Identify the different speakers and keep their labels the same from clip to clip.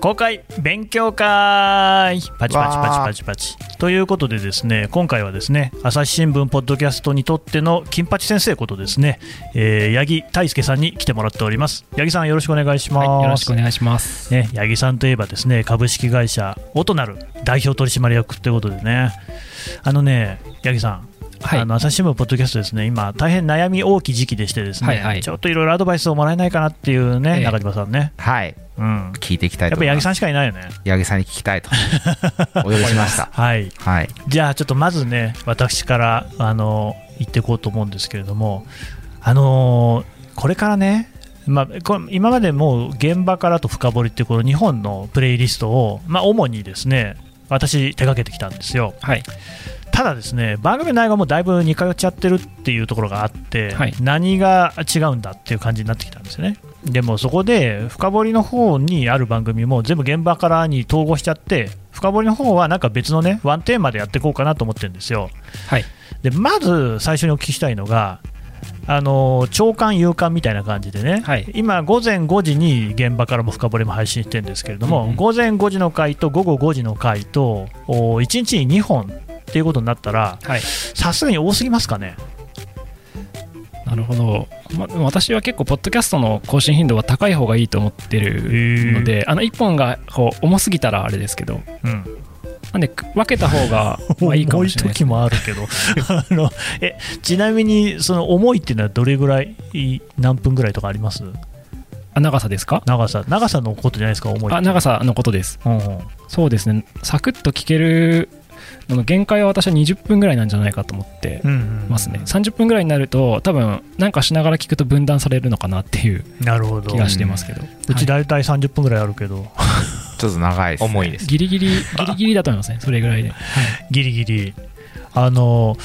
Speaker 1: 公開勉強会パチパチパチパチパチということでですね今回はですね朝日新聞ポッドキャストにとっての金八先生ことですね、えー、八木泰介さんに来てもらっております八木さんよろしくお願いします、
Speaker 2: よろしくお願いします。
Speaker 1: ね、八木さんといえばですね株式会社音なる代表取締役ということでねあのね八木さん
Speaker 2: はい
Speaker 1: あの朝日新聞ポッドキャストですね今大変悩み大きい時期でしてですね、
Speaker 2: はいはい
Speaker 1: ちょっといろいろアドバイスをもらえないかなっていうね、
Speaker 2: ええ
Speaker 1: 中島さんね、
Speaker 3: はい、
Speaker 1: うん、
Speaker 3: 聞いていき
Speaker 1: や
Speaker 3: たい
Speaker 1: っぱ
Speaker 3: と
Speaker 1: り八
Speaker 3: 思いま
Speaker 1: 木
Speaker 3: す。
Speaker 1: さんしかいないよね
Speaker 3: 八木さんに聞きたい とお呼びしました。
Speaker 1: はい
Speaker 3: はい、
Speaker 1: じゃあちょっとまずね私からあの言っていこうと思うんですけれどもあのこれからねまあ、これ今までもう現場からと深掘りっていうこの日本のプレイリストを、まあ、主にですね私手掛けてきたんですよ
Speaker 2: はい。
Speaker 1: ただですね番組の内容もだいぶ似通っちゃってるっていうところがあって、
Speaker 2: はい
Speaker 1: 何が違うんだっていう感じになってきたんですよねでもそこで深掘りの方にある番組も全部現場からに統合しちゃって深掘りの方はなんか別のねワンテーマでやっていこうかなと思ってるんですよ
Speaker 2: はい。
Speaker 1: でまず最初にお聞きしたいのがあの長官、夕刊みたいな感じでね、
Speaker 2: はい
Speaker 1: 今、午前5時に現場からも深掘りも配信してるんですけれども、
Speaker 2: うんうん
Speaker 1: 午前5時の回と午後5時の回と、お1日に2本っていうことになったら、
Speaker 2: はい。
Speaker 1: さすがに多すぎますかね。
Speaker 2: なるほど。ま、でも私は結構、ポッドキャストの更新頻度は高い方がいいと思ってるので、あの、1本がこう重すぎたらあれですけど、
Speaker 1: うん、
Speaker 2: なんで、く分けた 方がまあいいかもしれな
Speaker 1: 重
Speaker 2: いで
Speaker 1: 時
Speaker 2: す。
Speaker 1: もあるけど あのえちなみにその重いっていうのはどれぐらい何分ぐらいとかあります
Speaker 2: あ長さですか
Speaker 1: 長さ長さのことじゃないですか重いって
Speaker 2: あ長さのことです。
Speaker 1: うんうん
Speaker 2: そうですね。サクッと聞けるのの限界は私は20分ぐらいなんじゃないかと思って
Speaker 1: うんうん
Speaker 2: ますね。30分ぐらいになると、多分なんかしながら聞くと分断されるのかなっていう
Speaker 1: なるほど
Speaker 2: 気がしてますけど。
Speaker 1: うち
Speaker 2: は
Speaker 1: 大体30分ぐらいあるけど、
Speaker 3: ちょっと長いです、ね。
Speaker 4: 重いです
Speaker 2: いギ リギリ、ギリギリだと思いますね。それぐらいで。
Speaker 1: ギリギリ。あの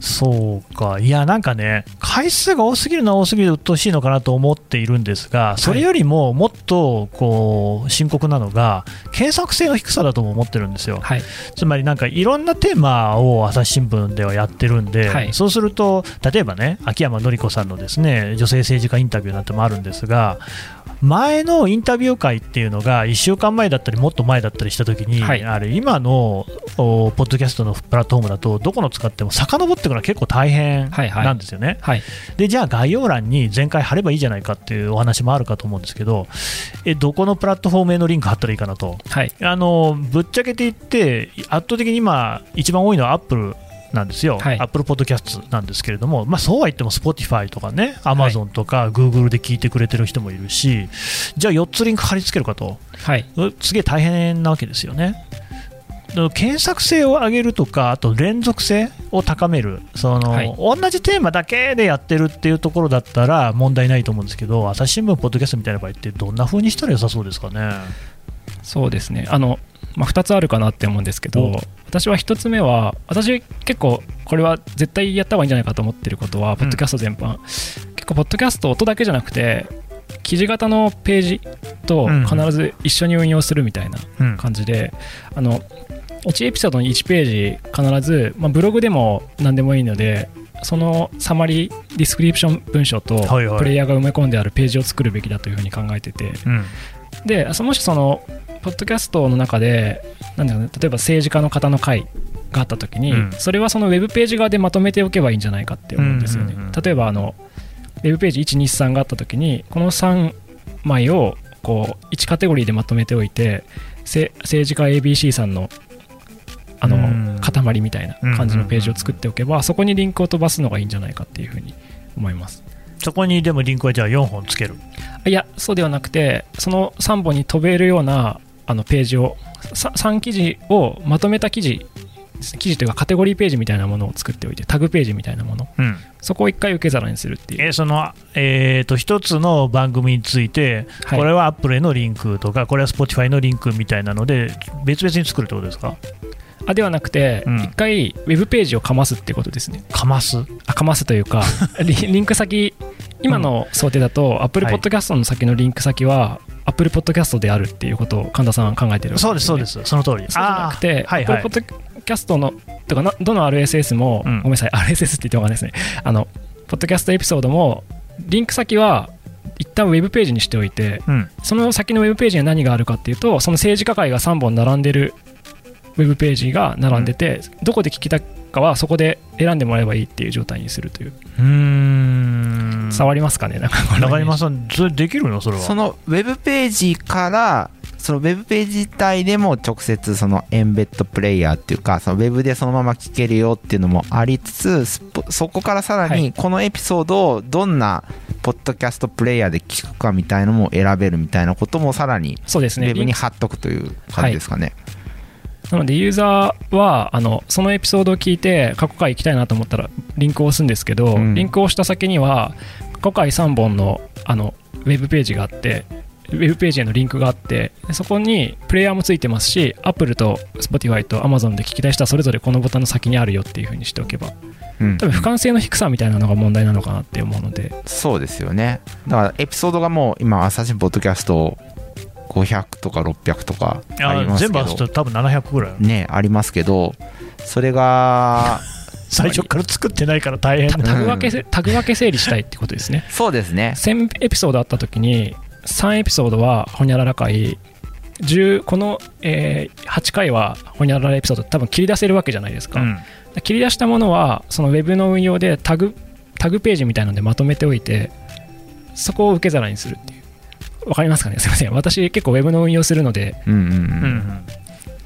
Speaker 1: そうか、いや、なんかね、回数が多すぎるのは多すぎる鬱陶しいのかなと思っているんですが、それよりももっとこう深刻なのが、検索性の低さだとも思ってるんですよ。
Speaker 2: はい。
Speaker 1: つまりなんかいろんなテーマを朝日新聞ではやってるんで、
Speaker 2: はい
Speaker 1: そうすると例えばね秋山紀子さんのですね女性政治家インタビューなんてもあるんですが前のインタビュー会っていうのが1週間前だったりもっと前だったりした時に、
Speaker 2: はい
Speaker 1: あれ今のおポッドキャストのプラットフォームだとどこの使っても遡っていくのは結構大変
Speaker 2: はいはい
Speaker 1: なんですよね。
Speaker 2: はい。
Speaker 1: でじゃあ概要欄に前回貼ればいいじゃないかっていうお話もあるかと思うんですけどえどこのプラットフォームへのリンク貼ったらいいかなと
Speaker 2: はい。
Speaker 1: あのぶっちゃけて言って、圧倒的に今、一番多いのはアップルなんですよ、
Speaker 2: はい
Speaker 1: アップルポッドキャストなんですけれども、まあ、そうは言っても、Spotify とかね、Amazon とか、Google で聞いてくれてる人もいるし、じゃあ4つリンク貼り付けるかと、
Speaker 2: はい。
Speaker 1: うすげえ大変なわけですよね。だから検索性を上げるとか、あと連続性を高める、その
Speaker 2: はい
Speaker 1: 同じテーマだけでやってるっていうところだったら問題ないと思うんですけど、朝日新聞、ポッドキャストみたいな場合って、どんな風にしたら良さそうですかね。
Speaker 2: そうですね。あの、まあ、2つあるかなって思うんですけ
Speaker 1: お
Speaker 2: ど、私は1つ目は、私結構、これは絶対やった方がいいんじゃないかと思ってることは、ポッドキャスト全般、結構、ポッドキャスト音だけじゃなくて、記事型のページと
Speaker 1: うん
Speaker 2: 必ず一緒に運用するみたいな
Speaker 1: うん
Speaker 2: 感じで、あの1エピソードに1ページ必ず、まあ、ブログでも何でもいいのでそのサマリーディスクリプション文章と
Speaker 1: はいはい
Speaker 2: プレイヤーが埋め込んであるページを作るべきだというふうに考えてて
Speaker 1: うん
Speaker 2: でそもしそのポッドキャストの中でなんだろうね例えば政治家の方の会があった時に、
Speaker 1: うん
Speaker 2: それはそのウェブページ側でまとめておけばいいんじゃないかって思うんですよね、
Speaker 1: うんうんうん
Speaker 2: 例えばあのウェブページ123があった時にこの3枚をこう1カテゴリーでまとめておいてせ政治家 ABC さんのあの
Speaker 1: うん
Speaker 2: 塊みたいな感じのページを作っておけばそこにリンクを飛ばすのがいいんじゃないかっていうふうに思います
Speaker 1: そこにでもリンクはじゃあ4本つける。
Speaker 2: いや、そうではなくて、その3本に飛べるようなあのページを、3記事をまとめた記事ですね、記事というかカテゴリーページみたいなものを作っておいて、タグページみたいなもの、
Speaker 1: うん、
Speaker 2: そこを1回受け皿にするっていう。
Speaker 1: えその、えー、と1つの番組について、
Speaker 2: はい
Speaker 1: これは Apple へのリンクとか、これは Spotify のリンクみたいなので、別々に作るってことですか
Speaker 2: あではなくて、
Speaker 1: うん
Speaker 2: 1回ウェブページをかますってことですね。
Speaker 1: かます
Speaker 2: あかますとい うか、リリンク先、今の想定だと、Apple
Speaker 1: はい
Speaker 2: Podcast の先のリンク先は、Apple Podcast であるっていうことを神田さんは考えてるわけです
Speaker 1: そ
Speaker 2: よ
Speaker 1: うで
Speaker 2: ね
Speaker 1: す、そうです、その通り。
Speaker 2: そうじゃなくて、
Speaker 1: あーはいはい
Speaker 2: Apple Podcast の、とかな、どの RSS も、
Speaker 1: うん
Speaker 2: ごめんなさい、RSS って言ってもわかんないですね。あの、ポッドキャストエピソードも、リンク先は、一旦ウェブページにしておいて
Speaker 1: うん
Speaker 2: その先のウェブページに何があるかっていうとその政治家会が3本並んでるウェブページが並んでて、どこで聞きたかはそこで選んでもらえばいいっていう状態にするという、
Speaker 1: うーん
Speaker 2: 触りますかねなんかこの
Speaker 1: 中島さんそれできるのそれは
Speaker 3: そのウェブページからそのウェブページ自体でも直接そのエンベッドプレイヤーっていうかそのウェブでそのまま聞けるよっていうのもありつつスポそこからさら
Speaker 2: は
Speaker 3: にこのエピソードをどんなポッドキャストプレイヤーで聞くかみたいのも選べるみたいなこともさらに
Speaker 2: そうです
Speaker 3: ウ
Speaker 2: ね
Speaker 3: ェブ
Speaker 2: リ
Speaker 3: に
Speaker 2: ン
Speaker 3: 貼っとくという感じですかね。
Speaker 2: なのでユーザーはあのそのエピソードを聞いて過去回行きたいなと思ったらリンクを押すんですけど、
Speaker 3: うん
Speaker 2: リンクを押した先には過去回3本のあのウェブページがあってウェブページへのリンクがあってでそこにプレイヤーもついてますし Apple と Spotify と Amazon で聞き出したそれぞれこのボタンの先にあるよっていう風にしておけば
Speaker 3: うん
Speaker 2: 多分俯瞰性の低さみたいなのが問題なのかなって思うので
Speaker 3: そうですよね。だからエピソードがもう今、アサシンポッドキャスト500とか600とかあり
Speaker 1: あ
Speaker 3: ます
Speaker 1: 全
Speaker 3: け
Speaker 1: 部合わせた
Speaker 3: ど、
Speaker 1: ら多分700ぐらい
Speaker 3: ね、ありますけど、それが、
Speaker 1: 最初から作ってないから大変
Speaker 2: タ
Speaker 1: な
Speaker 2: タグ分けせタグ分け整理したいってことですね
Speaker 3: そうですね。
Speaker 2: 1000エピソードあった時に3エピソードはほにゃらら回10この、えー8回はほにゃららエピソード多分切り出せるわけじゃないですか、
Speaker 1: うん
Speaker 2: 切り出したものはそのウェブの運用でタグタグページみたいなのでまとめておいてそこを受け皿にするっていうわかりますかねすい ません私結構ウェブの運用するので
Speaker 3: うんうん
Speaker 1: う
Speaker 3: うん。
Speaker 1: うんん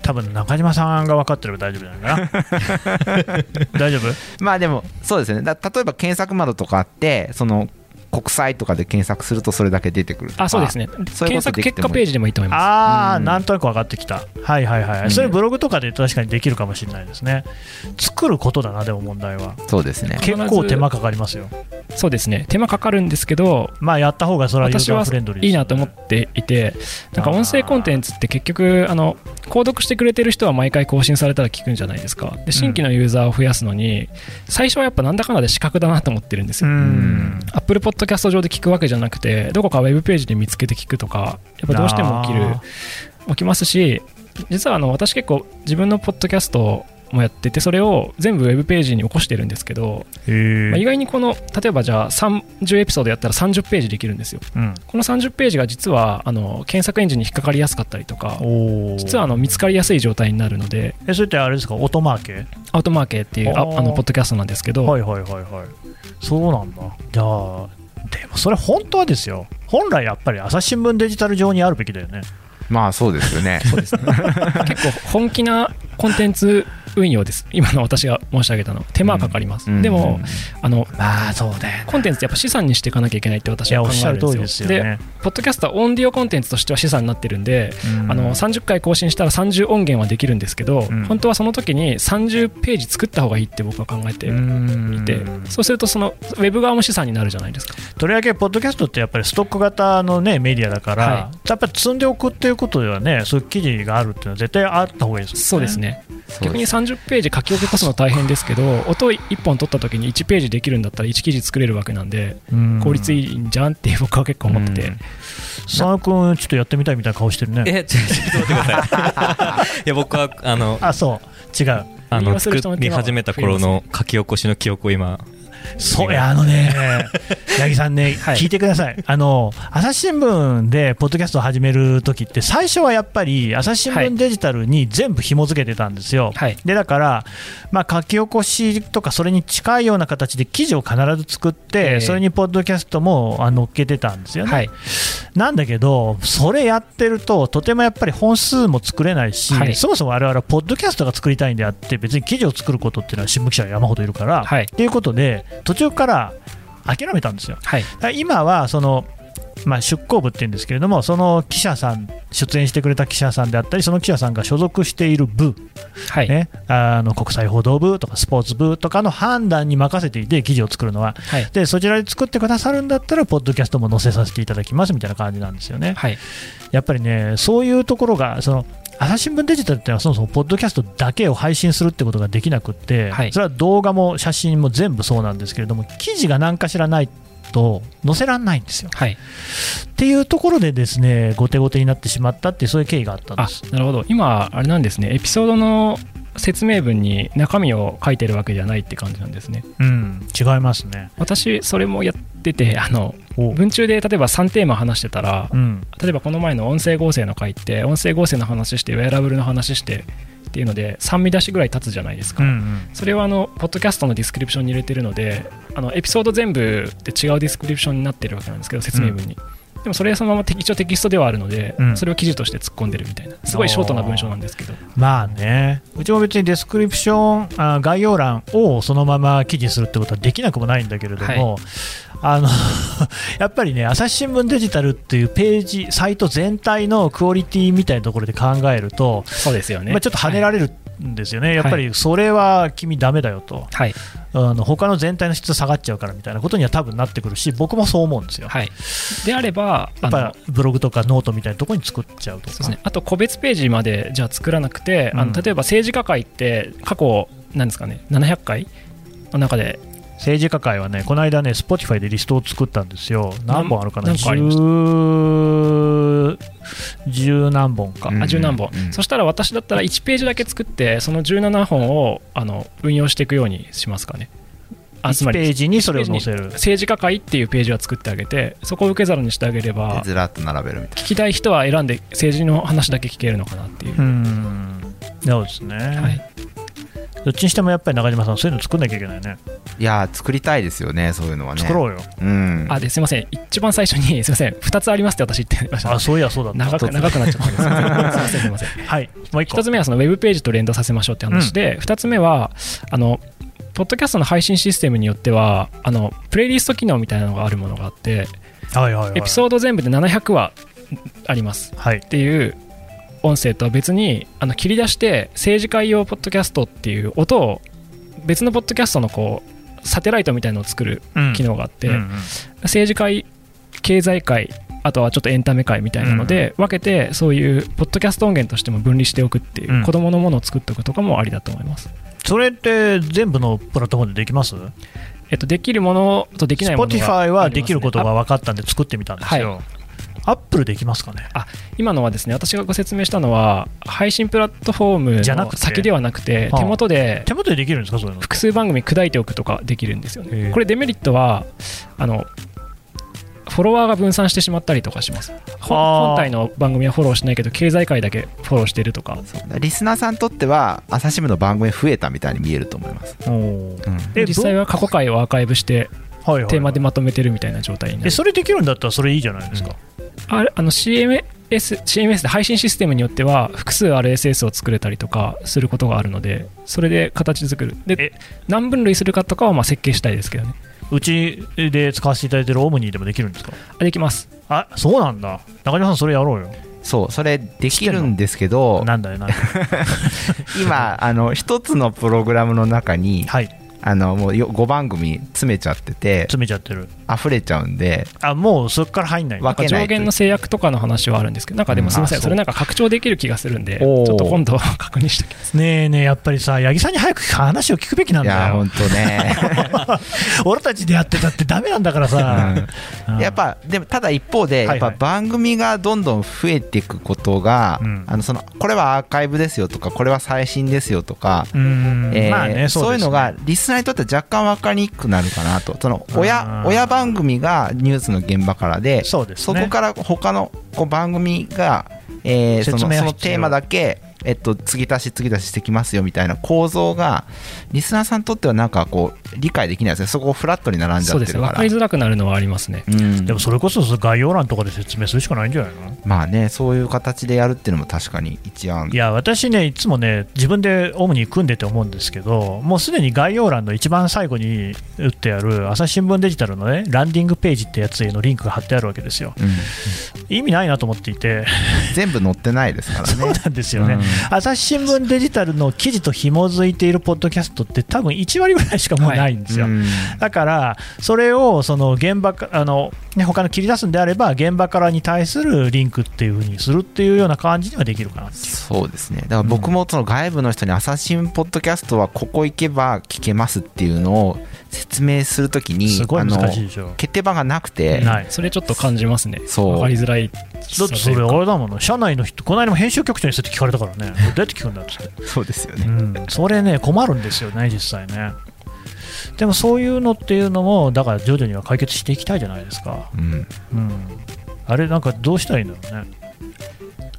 Speaker 1: 多分中島さんが分かってれば大丈夫じゃないかな大丈夫
Speaker 3: まあでも、そうですね。だ例えば検索窓とかあって、その、国際とかで検索するとそれだけ出てくるとか。
Speaker 2: あそうですね
Speaker 3: そういうこ
Speaker 2: 検
Speaker 3: と
Speaker 2: 索
Speaker 3: でき
Speaker 2: 結
Speaker 3: ても
Speaker 2: 果ページでもいいと思います
Speaker 1: ああ、
Speaker 3: うん
Speaker 1: なんとなく分かってきた、はいはいはい、
Speaker 3: うん
Speaker 1: それブログとかで確かにできるかもしれないですね、作ることだな、でも問題は、
Speaker 3: そうですね。
Speaker 1: 結構手間かかりますよ、
Speaker 2: そうですね手間かかるんですけど
Speaker 1: まあやった方がそれはユー
Speaker 2: 私
Speaker 1: ザー
Speaker 2: は
Speaker 1: フレンドリー
Speaker 2: い
Speaker 1: です
Speaker 2: い
Speaker 1: よ
Speaker 2: なと思っていて、なんか音声コンテンツって結局、あの購読してくれてる人は毎回更新されたら聞くんじゃないですか、で新規のユーザーを増やすのに、最初はやっぱなんだかんだで資格だなと思ってるんです
Speaker 1: う
Speaker 2: よ。
Speaker 1: ん、
Speaker 2: Apple Podcast 上で聞くわけじゃなくて、どこかウェブページで見つけて聞くとか、やっぱどうしても起きる
Speaker 1: あ、
Speaker 2: 起きますし、実はあの私、結構自分のポッドキャストもやってて、それを全部ウェブページに起こしてるんですけど、
Speaker 1: ー、
Speaker 2: まあ
Speaker 1: へ
Speaker 2: 意
Speaker 1: え、
Speaker 2: 外にこの例えばじゃあ30エピソードやったら30ページできるんですよ。
Speaker 1: うん、
Speaker 2: この30ページが実はあの検索エンジンに引っかかりやすかったりとか、
Speaker 1: おー
Speaker 2: 実はあの見つかりやすい状態になるので、
Speaker 1: えそれってあれですか、音マーケ
Speaker 2: アウトマーケーっていうあ
Speaker 1: あー
Speaker 2: あのポッドキャストなんですけど、
Speaker 1: はいはいはいはい、そうなんだ、じゃあ、でもそれ、本当はですよ、本来やっぱり朝日新聞デジタル上にあるべきだよね、
Speaker 3: まあそうですよね。
Speaker 2: そうですね結構本気なコンテンツ運用です、今の私が申し上げたの、手間はかかります。
Speaker 3: うん
Speaker 2: でも、あの
Speaker 1: まあそうだよ、
Speaker 2: コンテンツってやっぱ資産にしていかなきゃいけないって
Speaker 1: い
Speaker 2: 私
Speaker 1: や
Speaker 2: は
Speaker 1: お
Speaker 2: 考
Speaker 1: っし
Speaker 2: え
Speaker 1: ゃ
Speaker 2: る
Speaker 1: る通り
Speaker 2: んで
Speaker 1: ですす
Speaker 2: よ。
Speaker 1: よ
Speaker 2: で
Speaker 1: ね。
Speaker 2: ポッドキャストはオンディオコンテンツとしては資産になってるんで、
Speaker 1: うん
Speaker 2: あの30回更新したら30音源はできるんですけど、
Speaker 1: うん
Speaker 2: 本当はその時に30ページ作った方がいいって僕は考えていて、
Speaker 1: うん
Speaker 2: そうするとそのウェブ側も資産になるじゃないですか
Speaker 1: とりわけポッドキャストってやっぱりストック型の、ね、メディアだから、
Speaker 2: は
Speaker 1: やっぱり積んでおくっていうことではねそういう記事があるっていうのは絶対あった方がいいですよね
Speaker 2: そうですね
Speaker 3: そう
Speaker 2: 逆
Speaker 3: で
Speaker 2: に
Speaker 3: す
Speaker 2: 30ページ書き起こすの大変ですけど音1本取った時に1ページできるんだったら1記事作れるわけなんで
Speaker 1: うん
Speaker 2: 効率いいんじゃんって僕は結構思ってて、
Speaker 3: うん
Speaker 1: 佐野君ちょっとやってみたいみたいな顔してるね
Speaker 4: え、ちょ、 ちょっと待ってください。いや、僕は、あの、
Speaker 1: あそう違う
Speaker 4: あ
Speaker 2: 利用
Speaker 4: の、
Speaker 2: する
Speaker 4: 作
Speaker 2: 人の手
Speaker 4: り
Speaker 2: 間は
Speaker 4: 始めた頃の書き起こしの記憶を今、
Speaker 1: そういやあのね 八木さんね、聞いてくださいあの朝日新聞でポッドキャストを始める時って最初はやっぱり朝日新
Speaker 2: はい
Speaker 1: 聞デジタルに全部紐付けてたんですよ、
Speaker 2: はい
Speaker 1: でだから、まあ、書き起こしとかそれに近いような形で記事を必ず作って、
Speaker 2: ええ
Speaker 1: それにポッドキャストもあ乗っけてたんですよね、
Speaker 2: はい
Speaker 1: なんだけどそれやってるととてもやっぱり本数も作れないし、
Speaker 2: はい
Speaker 1: そもそも我々はポッドキャストが作りたいんであって別に記事を作ることっていうのは新聞記者が山ほどいるから、
Speaker 2: はい
Speaker 1: っていうことで途中から諦めたんですよ
Speaker 2: はい
Speaker 1: だから今はその、まあ、出向部っていうんですけれどもその記者さん出演してくれた記者さんであったりその記者さんが所属している部
Speaker 2: はい、
Speaker 1: ね、あの国際報道部とかスポーツ部とかの判断に任せていて、記事を作るのは、
Speaker 2: はい
Speaker 1: でそちらで作ってくださるんだったら、ポッドキャストも載せさせていただきますみたいな感じなんですよね。
Speaker 2: はい
Speaker 1: やっぱりね、そういうところが、その朝日新聞デジタルっていうのは、そもそもポッドキャストだけを配信するってことができなくって、
Speaker 2: はい
Speaker 1: それは動画も写真も全部そうなんですけれども、記事が何かしらないと載せられないんですよ。
Speaker 2: はい
Speaker 1: っていうところで、ですね後手後手になってしまったっていう、そういう経緯があったんで
Speaker 2: あ
Speaker 1: す。
Speaker 2: なるほど今あれなんですねエピソードの説明文に中身を書いてるわけじゃないって感じなんですね
Speaker 1: うん、違いますね。
Speaker 2: 私それもやっててあの
Speaker 1: おう
Speaker 2: 文中で例えば3テーマ話してたら
Speaker 1: うん
Speaker 2: 例えばこの前の音声合成の回って音声合成の話してウェアラブルの話してっていうので3見出しぐらい経つじゃないです
Speaker 1: う
Speaker 2: か、
Speaker 1: んうん
Speaker 2: それはあのポッドキャストのディスクリプションに入れてるのであのエピソード全部って違うディスクリプションになってるわけなんですけど説明文に、でもそれそのままテキ一応テキストではあるので、
Speaker 1: うん
Speaker 2: それを記事として突っ込んでるみたいなすごいショートな文章なんですけど
Speaker 1: まあねうちも別にディスクリプションあ概要欄をそのまま記事にするってことはできなくもないんだけれども、あの やっぱりね朝日新聞デジタルっていうページサイト全体のクオリティみたいなところで考えると、
Speaker 2: そうですよね、
Speaker 1: まあ、ちょっと跳ねられるんですよね、やっぱりそれは君、ダメだよと、
Speaker 2: はい
Speaker 1: あの他の全体の質下がっちゃうからみたいなことには多分なってくるし、僕もそう思うんですよ、
Speaker 2: はい、であれば
Speaker 1: やっ
Speaker 2: あの
Speaker 1: ぱブログとかノートみたいなところに作っちゃうとか。
Speaker 2: そうですね、あと個別ページまでじゃあ作らなくて、あ
Speaker 1: うん
Speaker 2: の例えば政治家会って過去なんですかね700回の中で
Speaker 1: 政治家会はね、この間ね、Spotify でリストを作ったんですよ、何本あるかな、
Speaker 2: 何本ありまし
Speaker 1: 十十何本か、
Speaker 3: うん
Speaker 2: あ十何本、
Speaker 3: うん
Speaker 2: そしたら私だったら1ページだけ作ってその17本をあの運用していくようにしますかねあつま
Speaker 1: 1ペ
Speaker 2: り
Speaker 1: ージにそれを載せる、
Speaker 2: 政治家会っていうページは作ってあげてそこを受け皿にしてあげれば
Speaker 3: ずらっと並べるみたい
Speaker 2: 聞きたい人は選んで政治の話だけ聞けるのかなっていう、
Speaker 1: うん、そうですね、
Speaker 2: はい、
Speaker 1: どっちにしてもやっぱり中島さん、そういうの作んなきゃいけないね、
Speaker 3: ないやー作りたいですよねそういうのはね
Speaker 1: 作ろうよ、
Speaker 3: う、ん、
Speaker 2: あですいません一番最初にす いません2つありますって私言ってました
Speaker 1: あそういや、そうだった、
Speaker 2: 長く長くなっちゃったんですいませんすいませんすいません
Speaker 1: はい、もう一個
Speaker 2: 1、つ目はそのウェブページと連動させましょうって話で、2つ目はあのポッドキャストの配信システムによってはあのプレイリスト機能みたいなのがあるものがあって
Speaker 1: はいはいはい、
Speaker 2: エピソード全部で700話あります
Speaker 1: はい
Speaker 2: っていう音声とは別にあの切り出して政治家用ポッドキャストっていう音を別のポッドキャストのこうサテライトみたいなのを作る機能があって、
Speaker 1: うんうん
Speaker 2: 政治界、経済界、あとはちょっとエンタメ界みたいなので、分けて、そういうポッドキャスト音源としても分離しておくっていう、
Speaker 1: うん
Speaker 2: 子供のものを作っておくとかもありだと思います。
Speaker 1: それって全部のプラットフォームでできます
Speaker 2: えっと、できるものとできないものが、
Speaker 1: Spotify はできることが。分かったんで作ってみたんですよ、
Speaker 2: はい
Speaker 1: アップルできますかね
Speaker 2: 今のはですね、私がご説明したのは、配信プラットフォーム
Speaker 1: じゃなく
Speaker 2: の
Speaker 1: て
Speaker 2: 先ではなくて、
Speaker 1: はあ
Speaker 2: 手元で
Speaker 1: 手元でできるんですかそういうの
Speaker 2: 複数番組砕いておくとかできるんですよ
Speaker 1: へえ
Speaker 2: ね。これ、デメリットは、あの、フォロワーが分散してしまったりとかします。ほ
Speaker 1: あー
Speaker 2: 本体の番組はフォローしないけど、経済界だけフォローしてるとか。
Speaker 3: リスナーさんにとっては朝日新聞の番組増えたみたいに見えると思います、
Speaker 1: おー
Speaker 3: うん
Speaker 1: え
Speaker 2: 実際は過去回をアーカイブして
Speaker 1: どはいはい
Speaker 2: テーマでまとめてるみたいな状態にな
Speaker 1: え
Speaker 2: る
Speaker 1: それできるんだったらそれいいじゃないですか、
Speaker 2: あれあの CMS, CMS で配信システムによっては複数 RSS を作れたりとかすることがあるのでそれで形作る
Speaker 1: え
Speaker 2: で何分類するかとかはまあ設計したいですけどね
Speaker 1: うちで使わせていただいてるオムニーでもできるんですか
Speaker 2: あできます
Speaker 1: あそうなんだ中島さんそれやろうよ
Speaker 3: そうそれできるんですけど
Speaker 1: なんだよなん だよ
Speaker 3: 今あの一つのプログラムの中に
Speaker 1: はい
Speaker 3: あのもうよ5番組詰めちゃってて
Speaker 1: 詰めちゃってる
Speaker 3: 溢れちゃうんで
Speaker 1: あもうそこから入んないんだ
Speaker 3: わ
Speaker 2: なんか上限の制約とかの話はあるんですけどなんかでもすみません、
Speaker 1: うんあそう
Speaker 2: それなんか拡張できる気がするんでち
Speaker 3: お
Speaker 2: ょ
Speaker 3: ー
Speaker 2: っと今度 確認してきます
Speaker 1: ねえねえやっぱりさ八木さんに早く話を聞くべきなん
Speaker 3: い
Speaker 1: だ
Speaker 3: や
Speaker 1: よ
Speaker 3: 本当ね、
Speaker 1: 俺たちでやってたってダメなんだからさ、
Speaker 3: う
Speaker 1: うんん
Speaker 3: やっぱでもただ一方で
Speaker 1: は
Speaker 3: や
Speaker 1: い
Speaker 3: っ
Speaker 1: はい
Speaker 3: ぱ番組がどんどん増えていくことが、
Speaker 1: うん
Speaker 3: あのそのこれはアーカイブですよとかこれは最新ですよとか、
Speaker 1: うーん
Speaker 3: えー
Speaker 1: まあね
Speaker 3: そう
Speaker 1: で
Speaker 3: い
Speaker 1: す
Speaker 3: う
Speaker 1: ね
Speaker 3: のがリスナーにとっては若干分かりにくくなるかなとその
Speaker 1: あ
Speaker 3: 親
Speaker 1: ー
Speaker 3: 親番組がニュースの現場からで
Speaker 1: そうです
Speaker 3: そ
Speaker 1: ね
Speaker 3: こから他のこう番組が、えーそ
Speaker 1: 説
Speaker 3: のそ
Speaker 1: 明は必要
Speaker 3: のテーマだけ、えっと、継ぎ足し継ぎ足ししてきますよみたいな構造がリスナーさんにとってはなんかこう理解できないですねそこをフラットに並んじゃ
Speaker 2: そ
Speaker 3: っ
Speaker 2: うで
Speaker 3: て
Speaker 2: すね
Speaker 3: るか
Speaker 2: 分
Speaker 3: ら
Speaker 2: かりづらくなるのはありますね
Speaker 3: うん
Speaker 1: でもそれこそその概要欄とかで説明するしかないんじゃないの
Speaker 3: まあねそういう形でやるっていうのも確かに一案
Speaker 1: いや私ね、いつもね、自分でオムに組んでて思うんですけど、もうすでに概要欄の一番最後に打ってある、朝日新聞デジタルのね、ランディングページってやつへのリンクが貼ってあるわけですよ。
Speaker 3: うん
Speaker 1: 意味ないなと思っていて、
Speaker 3: 全部載ってないですからね
Speaker 1: そうなんですよね、
Speaker 3: うん
Speaker 1: 朝日新聞デジタルの記事と紐づいているポッドキャストって、多分1割ぐらいしかもうないんですよ。
Speaker 3: うん
Speaker 1: だから、それをその現場かあの、ね、他の切り出すんであれば、現場からに対するリンクっていう風にするっていうような感じにはできるかなっていう
Speaker 3: そうですねだから僕もその外部の人に「朝日新聞ポッドキャストはここ行けば聞けます」っていうのを説明するときに
Speaker 1: すごい
Speaker 3: あの
Speaker 1: 難しいでしょ。
Speaker 3: 決定版がなくて
Speaker 1: ない
Speaker 2: それちょっと感じますね
Speaker 3: そう
Speaker 2: 分かりづらい
Speaker 1: だってそれあれだもの社内の人この間も編集局長にそうやって聞かれたからね どうやって聞くんだっつって、
Speaker 3: そうですよ
Speaker 1: う
Speaker 3: ね
Speaker 1: ん、それね困るんですよね実際ねでもそういうのっていうのもだから徐々には解決していきたいじゃないですか、
Speaker 3: うん、
Speaker 1: うん、あれなんかどうしたらいいんだろうね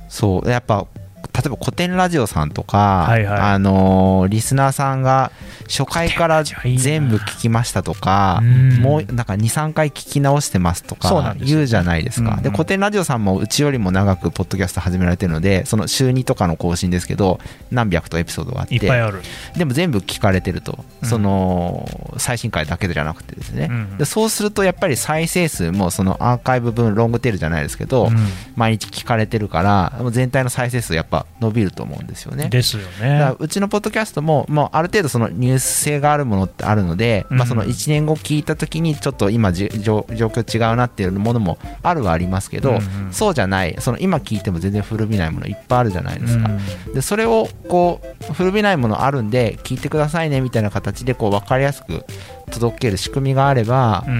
Speaker 3: そうやっぱ例えば古典ラジオさんとか、
Speaker 1: はいはい
Speaker 3: あのーリスナーさんが初回か
Speaker 1: 古典ラ
Speaker 3: ら
Speaker 1: ジオいいな
Speaker 3: 全部聞きましたとか
Speaker 1: うん
Speaker 3: もうなんか23回聞き直してますと
Speaker 1: そうな
Speaker 3: か
Speaker 1: んですよ
Speaker 3: 言うじゃないですか
Speaker 1: うんうん
Speaker 3: で古典ラジオさんもうちよりも長くポッドキャスト始められてるのでその週2とかの更新ですけど何百とエピソードがあっ
Speaker 1: いっぱい
Speaker 3: て
Speaker 1: ある、
Speaker 3: でも全部聞かれてると、
Speaker 1: うん
Speaker 3: その最新回だけじゃなくてですね、
Speaker 1: うん
Speaker 3: でそうするとやっぱり再生数もそのアーカイブ分ロングテールじゃないですけど、
Speaker 1: う
Speaker 3: 毎日聞かれてるからもう全体の再生数やっぱ伸びると思うんですよね
Speaker 1: ん、。ですよ
Speaker 3: だから
Speaker 1: ね
Speaker 3: うちのポッドキャストももうある程度そのニュース性があるものってあるので、
Speaker 1: うん
Speaker 3: まあ、その1年後聞いた時にちょっと今じ状状況違うなっていうものもあるはありますけど、
Speaker 1: うんうん
Speaker 3: そうじゃないその今聞いても全然古びないものいっぱいあるじゃないですか。
Speaker 1: う
Speaker 3: でそれをこう古びないものあるんで聞いてくださいねみたいな形でこう分かりやすく届ける仕組みがあれば
Speaker 1: ん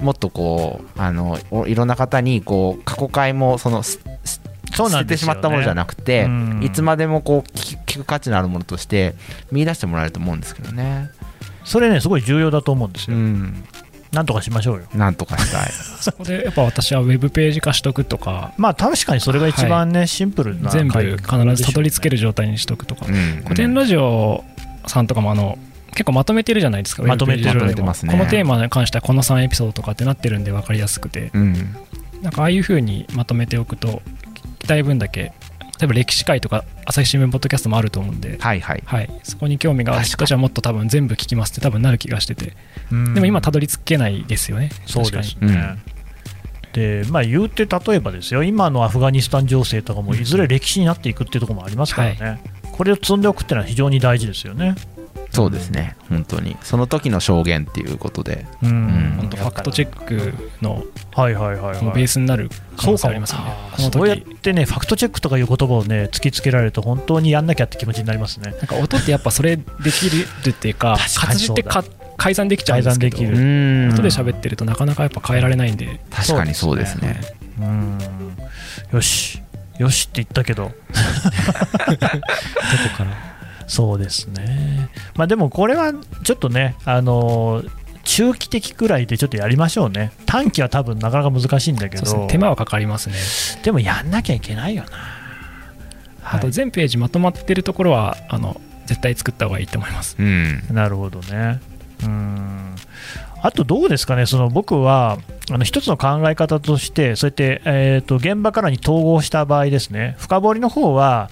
Speaker 1: うん
Speaker 3: もっとこうあのおいろんな方にこう過去回もそのすす
Speaker 1: そう
Speaker 3: 捨
Speaker 1: な
Speaker 3: て
Speaker 1: んで
Speaker 3: て
Speaker 1: す
Speaker 3: し
Speaker 1: よね
Speaker 3: まったものじゃなくて
Speaker 1: うん
Speaker 3: いつまでもこう聞聞く価値のあるものとして見出してもらえると思うんですけどね
Speaker 1: それねすごい重要だと思うんです
Speaker 3: う
Speaker 1: よ、
Speaker 3: ん
Speaker 1: なんとかしましょうよ
Speaker 3: なんとかしたい
Speaker 2: そこでやっぱ私はウェブページ化しとくとか、
Speaker 1: まあ確かにそれが一番ね、シンプルな
Speaker 2: 全部必ずたどり着け
Speaker 1: る
Speaker 2: る状態にしとくと か、
Speaker 3: うん
Speaker 2: 古典ラジオさんとかもあの結構まとめてるじゃないですか、
Speaker 1: まとめてる
Speaker 2: ウェブペ
Speaker 3: まとめ
Speaker 2: ージ上で
Speaker 3: て
Speaker 2: も
Speaker 3: ますね
Speaker 2: このテーマに関してはこの3エピソードとかってなってるんで分かりやすくて、
Speaker 3: うん
Speaker 2: なんかああいうふうにまとめておくと、聞きたい分だけ、例えば歴史会とか、朝日新聞ポッドキャストもあると思うんで、
Speaker 3: はいはい
Speaker 2: はい、そこに興味がある
Speaker 3: 確
Speaker 2: 人じゃもっと多分全部聞きますって多分なる気がしてて、でも今、たどり着けないですよね、
Speaker 1: そう
Speaker 2: 確
Speaker 1: で
Speaker 2: かに
Speaker 1: す。ね。でまあ、言うて例えばですよ、今のアフガニスタン情勢とかもいずれ歴史になっていくっていうところもありますからね、これを積んでおくっていうのは非常に大事ですよね。
Speaker 3: そうですね本当にその時の証言っていうことで
Speaker 1: うん
Speaker 3: うん
Speaker 2: 本当ファクトチェックの
Speaker 1: はいはいはい
Speaker 2: その
Speaker 1: は
Speaker 2: ベー
Speaker 1: い、
Speaker 2: スになる可
Speaker 1: そう
Speaker 2: 能性
Speaker 1: か
Speaker 2: あ
Speaker 1: も
Speaker 2: りますよね。
Speaker 1: あ
Speaker 2: この
Speaker 1: ーそうやっ
Speaker 2: 時
Speaker 1: てね、ファクトチェックとかいう言葉をね、突きつけられると、本当にやんなきゃって気持ちになりますね。
Speaker 2: なんか音ってやっぱそれできるっていう か
Speaker 1: 確かに
Speaker 2: 活字ってか改ざんできちゃうんですけど
Speaker 1: 改ざんできる
Speaker 3: ん
Speaker 2: 音で喋ってるとなかなかやっぱ変えられないんで
Speaker 3: 確かにそうですね
Speaker 1: うんよし、よしって言ったけど、
Speaker 4: こから
Speaker 1: そうですね、まあ、でもこれはちょっとね、あのー中期的くらいでちょっとやりましょうね、短期は多分なかなか難しいんだけ
Speaker 2: そうですね
Speaker 1: ど、
Speaker 2: 手間はかかりますね、
Speaker 1: でもやんなきゃいけないよな。は
Speaker 2: あと全ページまとまってるところはあの絶対作った方がいいと思います
Speaker 3: うん
Speaker 1: い、なるほどね。うんあとどうですかね、その僕はあの一つの考え方として、そうやって、えー、と現場からに統合した場合ですね、深掘りの方は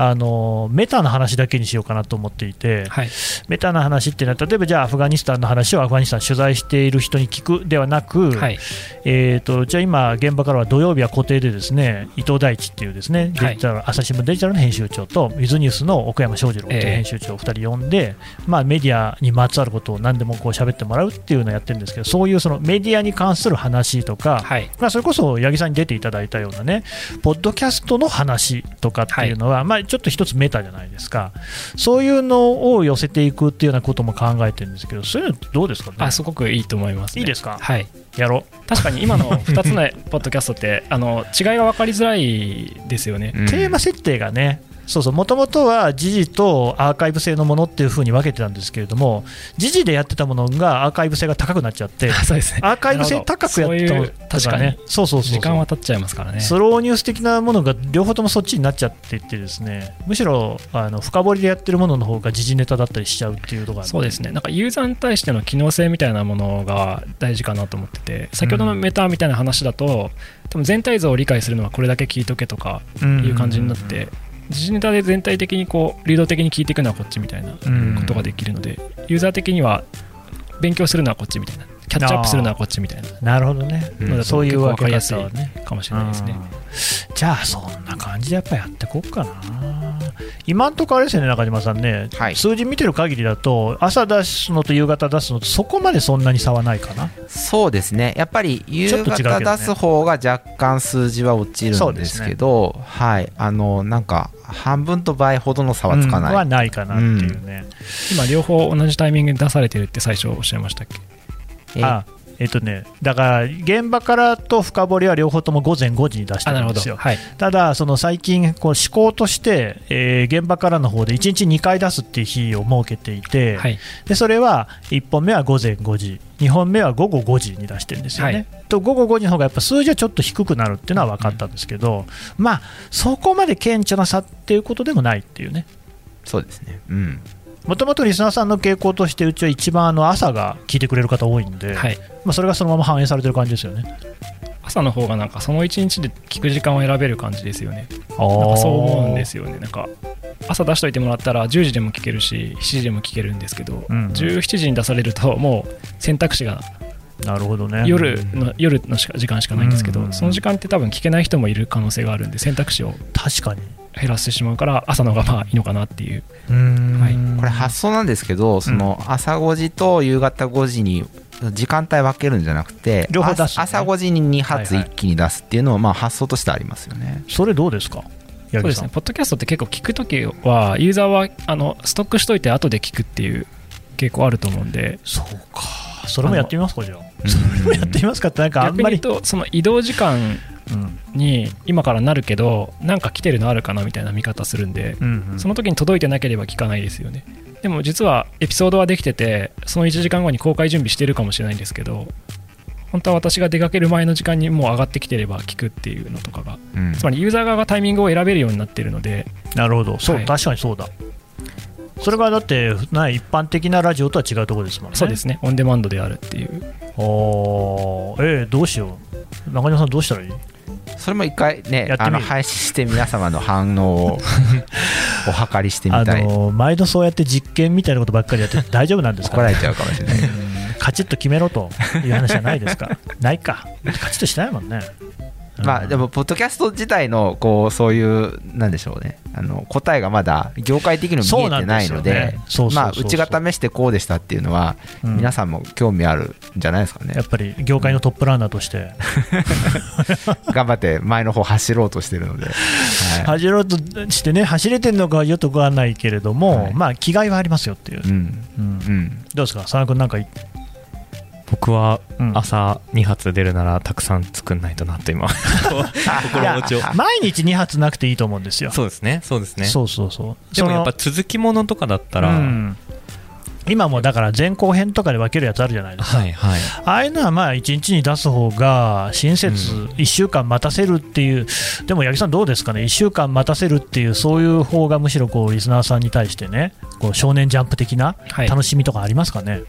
Speaker 1: あのメタの話だけにしようかなと思っていて、
Speaker 2: はい
Speaker 1: メタな話っていうのは、例えばじゃあアフガニスタンの話をアフガニスタン取材している人に聞くではなく、
Speaker 2: はい
Speaker 1: えー、とじゃあ今、現場からは土曜日は固定でですね伊藤大地っていうですね
Speaker 2: は
Speaker 1: デ
Speaker 2: い
Speaker 1: ジタル、朝日新聞デジタルの編集長とウィズニュースの奥山翔二郎っていう
Speaker 2: ええ
Speaker 1: 編集長を2人呼んで、まあ、メディアにまつわることを何でもこう喋ってもらうっていうのをやってるんですけどそういうそのメディアに関する話とか、
Speaker 2: はい
Speaker 1: まあ、それこそ八木さんに出ていただいたようなね、ポッドキャストの話とかっていうのは、まあ、ちょっと一つメタじゃないですか、そういうのを寄せていくっていうようなことも考えてるんですけど、そういうのどうですかね、
Speaker 2: あすごくいいと思います、ね、
Speaker 1: いいですか
Speaker 2: はい
Speaker 1: やろ
Speaker 2: 確かに今の2つのポッドキャストってあの違いが分かりづらいですよね、
Speaker 1: う、テーマ設定がね、そうそう、もともとは時事とアーカイブ性のものっていうふうに分けてたんですけれども、時事でやってたものがアーカイブ性が高くなっちゃ って、
Speaker 2: そうですね
Speaker 1: アーカイブ性高くやった
Speaker 2: な
Speaker 1: の
Speaker 2: るほどそういう
Speaker 1: ね、そうそうそうそう
Speaker 2: 時間は経っちゃいますからね
Speaker 1: スローニュース的なものが両方ともそっちになっちゃっていってですねむしろあの深掘りでやってるものの方が時事ネタだったりしちゃうっていうところがある
Speaker 2: そうですねなんかユーザーに対しての機能性みたいなものが大事かなと思ってて先ほどのメタみたいな話だと、多分全体像を理解するのはこれだけ聞いとけとかいう感じになって、時事ネタで全体的にこう流動的に聞いていくのはこっちみたいなこ
Speaker 1: うん
Speaker 2: とができるので、ユーザー的には勉強するのはこっちみたいなキャッチアップするのはこっちみたいな
Speaker 1: なるほどね、
Speaker 3: うん
Speaker 2: のだと
Speaker 1: そういう
Speaker 2: 結構
Speaker 1: わ
Speaker 2: わか
Speaker 1: け
Speaker 2: りや
Speaker 1: 方
Speaker 2: すい
Speaker 1: はね
Speaker 2: かもしれないですね、
Speaker 1: うんじゃあそんな感じでやっぱやってこっかな今んとこあれですよね中島さんね、
Speaker 3: はい
Speaker 1: 数字見てる限りだと朝出すのと夕方出すのとそこまでそんなに差はないかな
Speaker 3: そうですねやっぱり
Speaker 1: ちょ
Speaker 3: 夕
Speaker 1: っと違うけど
Speaker 3: 方
Speaker 1: ね
Speaker 3: 出す方が若干数字は落ち
Speaker 1: そ
Speaker 3: る
Speaker 1: うんで
Speaker 3: ですす
Speaker 1: ね
Speaker 3: けどはいあのなんか半分と倍ほどの差はつかない、
Speaker 1: うんはないかなっていうね、
Speaker 2: 今両方同じタイミングで出されてるって最初おっしゃいましたっけ
Speaker 3: え
Speaker 1: あえっとね、だから現場からと深掘りは両方とも午前5時に出して
Speaker 2: あな
Speaker 1: る
Speaker 2: る
Speaker 1: ん
Speaker 2: ほ
Speaker 1: で
Speaker 2: ど
Speaker 1: すよ。
Speaker 2: はい
Speaker 1: ただ、その最近、こう思考として、えー現場からの方で1日2回出すっていう日を設けていて、
Speaker 2: はい
Speaker 1: でそれは1本目は午前5時、2本目は午後5時に出してるんですよね。
Speaker 2: はい
Speaker 1: と午後5時の方がやっぱ数字はちょっと低くなるっていうのは分かったんですけど、まあ、そこまで顕著な差っていうことでもないっていうね。
Speaker 3: そうですねうん
Speaker 1: もともとリスナーさんの傾向として、うちは一番あの朝が聞いてくれる方多いんで、
Speaker 2: はい
Speaker 1: まあ、それがそのまま反映されてる感じですよね。
Speaker 2: 朝の方がなんかその一日で聞く時間を選べる感じですよねなんかそう思うんですよねなんか朝出しといてもらったら10時でも聞けるし7時でも聞けるんですけど、
Speaker 1: うん
Speaker 2: 17時に出されるともう選択肢が
Speaker 1: なるほどね
Speaker 2: 夜の夜のしか時間しかないんですけど、
Speaker 1: うん
Speaker 2: その時間って多分聞けない人もいる可能性があるんで選択肢を
Speaker 1: 確かに
Speaker 2: 減らしてしまうから朝の方がまあいいのかなっていう
Speaker 1: うーん
Speaker 2: はい
Speaker 3: これ発想なんですけどその朝5時と夕方5時に時間帯分けるんじゃなくて
Speaker 1: 両方出す
Speaker 3: あ朝5時に2発
Speaker 1: はいは
Speaker 3: 一
Speaker 1: い
Speaker 3: 気に出すっていうのはまあ発想としてありますよね
Speaker 1: それどうですか八
Speaker 2: そうで
Speaker 1: 木
Speaker 2: す
Speaker 1: さ
Speaker 2: ね
Speaker 1: ん
Speaker 2: ポッドキャストって結構聞くときはユーザーはあのストックしといて後で聞くっていう傾向あると思うんで
Speaker 1: そうかそれもやってみますかじゃあ
Speaker 3: うん
Speaker 1: それ もやってみますかってなんかあん
Speaker 2: 逆に
Speaker 1: ま
Speaker 2: 言う
Speaker 1: り
Speaker 2: とその移動時間
Speaker 1: うん
Speaker 2: に今からなるけどなんか来てるのあるかなみたいな見方するんで
Speaker 1: うんうん
Speaker 2: その時に届いてなければ聞かないですよねでも実はエピソードはできててその1時間後に公開準備してるかもしれないんですけど本当は私が出かける前の時間にもう上がってきてれば聞くっていうのとかが
Speaker 3: うん
Speaker 2: つまりユーザー側がタイミングを選べるようになってるので
Speaker 1: なるほどそう
Speaker 2: はい
Speaker 1: 確かにそうだそれがだってない一般的なラジオとは違うところですもんね
Speaker 2: そうですねオンデマンドであるっていう
Speaker 1: おーえーどうしよう中島さんどうしたらいい
Speaker 3: それも一回ね
Speaker 1: やってみる
Speaker 3: あの配信して皆様の反応 をお測りしてみ
Speaker 1: あ
Speaker 3: たい
Speaker 1: の毎度そうやって実験みたいなことばっかりやってて 大丈夫なんですか
Speaker 3: 怒られちゃうかもしれない
Speaker 1: カチッと決めろという話じゃないですか ないかカチッとしないもんね
Speaker 3: まあで
Speaker 1: も
Speaker 3: もポッドキャスト自体のこうそういうなんでしょうねあの答えがまだ業界的にも見えてないので
Speaker 1: そうな
Speaker 3: まあ
Speaker 1: んですよねそうそうそうそう
Speaker 3: うちが試してこうでしたっていうのは
Speaker 1: うん
Speaker 3: 皆さんも興味あるんじゃないですかね
Speaker 1: やっぱり業界のトップランナーとして
Speaker 3: 頑張って前の方走ろうとしてるので、は
Speaker 1: 走ろうとしてね走れてるのかよくわかんないけれども、
Speaker 3: はい
Speaker 1: まあ気概はありますよっていう、
Speaker 3: い、うん
Speaker 1: うん
Speaker 3: うん
Speaker 1: どうですか佐野君なんかい、
Speaker 5: 僕は
Speaker 1: うん
Speaker 5: 朝2発出るならたくさん作んないとなっ て今
Speaker 4: 心持ちを。
Speaker 1: 毎日2発なくていいと思うんですよ
Speaker 4: そうですね、そうですね。
Speaker 1: そうそうそう
Speaker 4: でもやっぱ
Speaker 1: そ
Speaker 4: 続きものとかだったら、
Speaker 1: のうん今もうだから前後編とかで分けるやつあるじゃないですか
Speaker 4: はいはい。
Speaker 1: ああいうのはまあ1日に出す方が親切、
Speaker 4: う
Speaker 1: 1週間待たせるっていう、でも八木さん、どうですかね、1週間待たせるっていう、そういう方がむしろこうリスナーさんに対してね、こう少年ジャンプ的な
Speaker 2: はい
Speaker 1: 楽しみとかありますかね、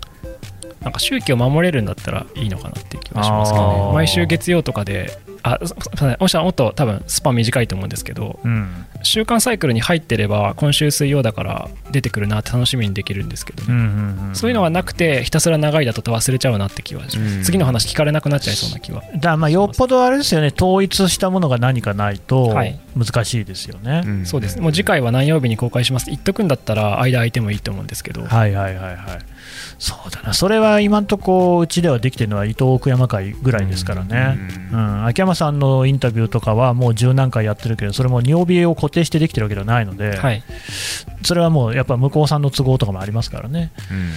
Speaker 2: なんか周期を守れるんだったらいいのかなっていう気がしますけど
Speaker 1: あー
Speaker 2: ね毎週月曜とかであすすいませんもしかしたらもっと多分スパン短いと思うんですけど
Speaker 1: うん
Speaker 2: 週間サイクルに入ってれば今週水曜だから出てくるなって楽しみにできるんですけど
Speaker 1: うんうんうん
Speaker 2: そういうのがなくて、ひたすら長いだと忘れちゃうなって気はします、
Speaker 3: うん
Speaker 2: 次の話聞かれなくなっちゃいそうな気は。
Speaker 1: だからまあよっぽどあれですよね、統一したものが何かないと
Speaker 2: はい
Speaker 1: 難しいですよね。
Speaker 3: ん
Speaker 2: そうですね、もう次回は何曜日に公開しますって言っとくんだったら、間空いてもいいと思うんですけど、
Speaker 1: はいはいはいはい、そうだな、それは今んとこうちではできてるのは伊藤奥山会ぐらいですからね、う
Speaker 3: うん
Speaker 1: ん、秋山さんのインタビューとかはもう十何回やってるけど、それも二帯を固定してできてるわけではないので、
Speaker 2: はい、
Speaker 1: それはもうやっぱ向こうさんの都合とかもありますからね、
Speaker 3: うん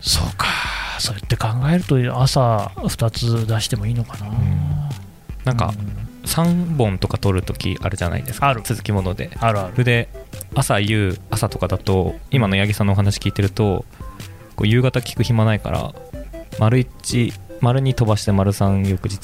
Speaker 1: そうか、そうやって考えると、朝2つ出してもいいのかな。
Speaker 5: なんか
Speaker 1: うん
Speaker 5: 3本とか撮るときあるじゃないですか
Speaker 1: ある
Speaker 5: 続きもので
Speaker 1: あるあ
Speaker 5: そ
Speaker 1: る
Speaker 5: れで朝夕朝とかだと今の八木さんのお話聞いてるとこう夕方聞く暇ないから丸一丸に飛ばして丸三翌日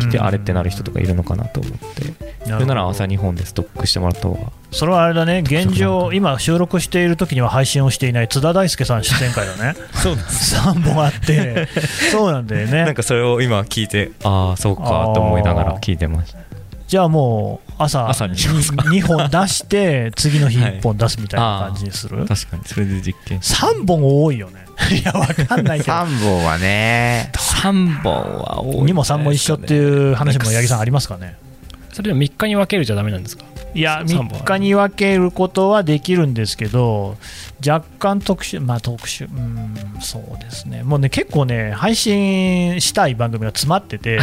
Speaker 5: 来てあれってなる人とかいるのかなと思って
Speaker 1: な
Speaker 5: そ
Speaker 1: る
Speaker 5: れ
Speaker 1: ほ
Speaker 5: な
Speaker 1: ど
Speaker 5: ら朝2本でストックしてもらった方が
Speaker 1: それはあれだね、現状、今、収録している時には配信をしていない津田大介さん出演会だ ね、
Speaker 4: そうで
Speaker 1: 3本あ って、そうなんだよ
Speaker 4: なん
Speaker 1: ね、
Speaker 4: かそれを今聞いて、
Speaker 5: ああそうかと思いながら聞いてました
Speaker 1: じゃあもう朝、
Speaker 5: 朝にしますか
Speaker 1: 2本出して、次の日1本出すみたいな感じにする、
Speaker 5: 確かに
Speaker 4: それで実験
Speaker 1: 3本多いよね、 いや、わかんないけど、
Speaker 3: 3本はね
Speaker 5: 3本は多い
Speaker 1: にも3も一緒っていう話も八木さんありますかね
Speaker 2: それでも3日に分けるじゃだめなんですか、
Speaker 1: いや
Speaker 2: 三本
Speaker 1: 3日に分けることはできるんですけど若干特殊まあ特殊うんそうですねもうね結構ね配信したい番組が詰まって て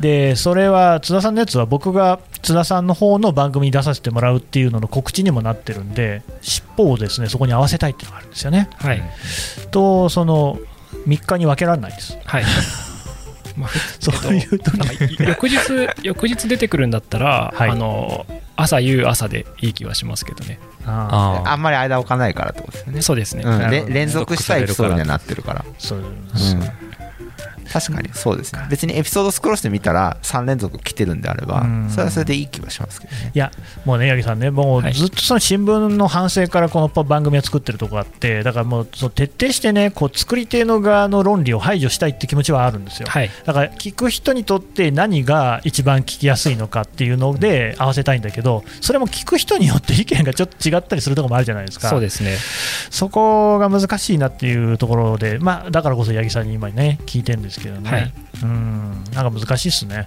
Speaker 1: でそれは津田さんのやつは僕が津田さんの方の番組に出させてもらうっていうのの告知にもなってるんで尻尾をですねそこに合わせたいっていうのがあるんですよね
Speaker 2: はい、
Speaker 1: とその3日に分けられないです。
Speaker 2: はいまあ
Speaker 1: そういう時
Speaker 2: なんか 翌日翌日出てくるんだったら、
Speaker 1: はい
Speaker 2: あの朝夕朝でいい気はしますけどね
Speaker 1: ああ
Speaker 5: あ
Speaker 3: あんまり間置かないからってことですよね。
Speaker 2: そうですね、
Speaker 3: うん
Speaker 1: なる
Speaker 3: れ
Speaker 1: ほど
Speaker 3: 連続したエピソードにはなってるから。
Speaker 1: そういう
Speaker 3: うん確かにそうですね。別にエピソードスクロールしてみたら3連続来てるんであれば
Speaker 1: うん、
Speaker 3: それはそれでいい気はしますけどね。
Speaker 1: いやもうね、八木さんね、も
Speaker 2: は
Speaker 1: う
Speaker 2: い
Speaker 1: ずっとその新聞の反省からこの番組を作ってるとこあって、だからもうその徹底してね、こう作り手の側の論理を排除したいって気持ちはあるんですよ。
Speaker 2: はい
Speaker 1: だから聞く人にとって何が一番聞きやすいのかっていうので合わせたいんだけど、それも聞く人によって意見がちょっと違ったりするところもあるじゃないですか、
Speaker 2: そうですね
Speaker 1: そこが難しいなっていうところで、まあ、だからこそ八木さんに今ね、聞いてるんですけどね、
Speaker 2: はい
Speaker 1: うん、なんか難しいですね。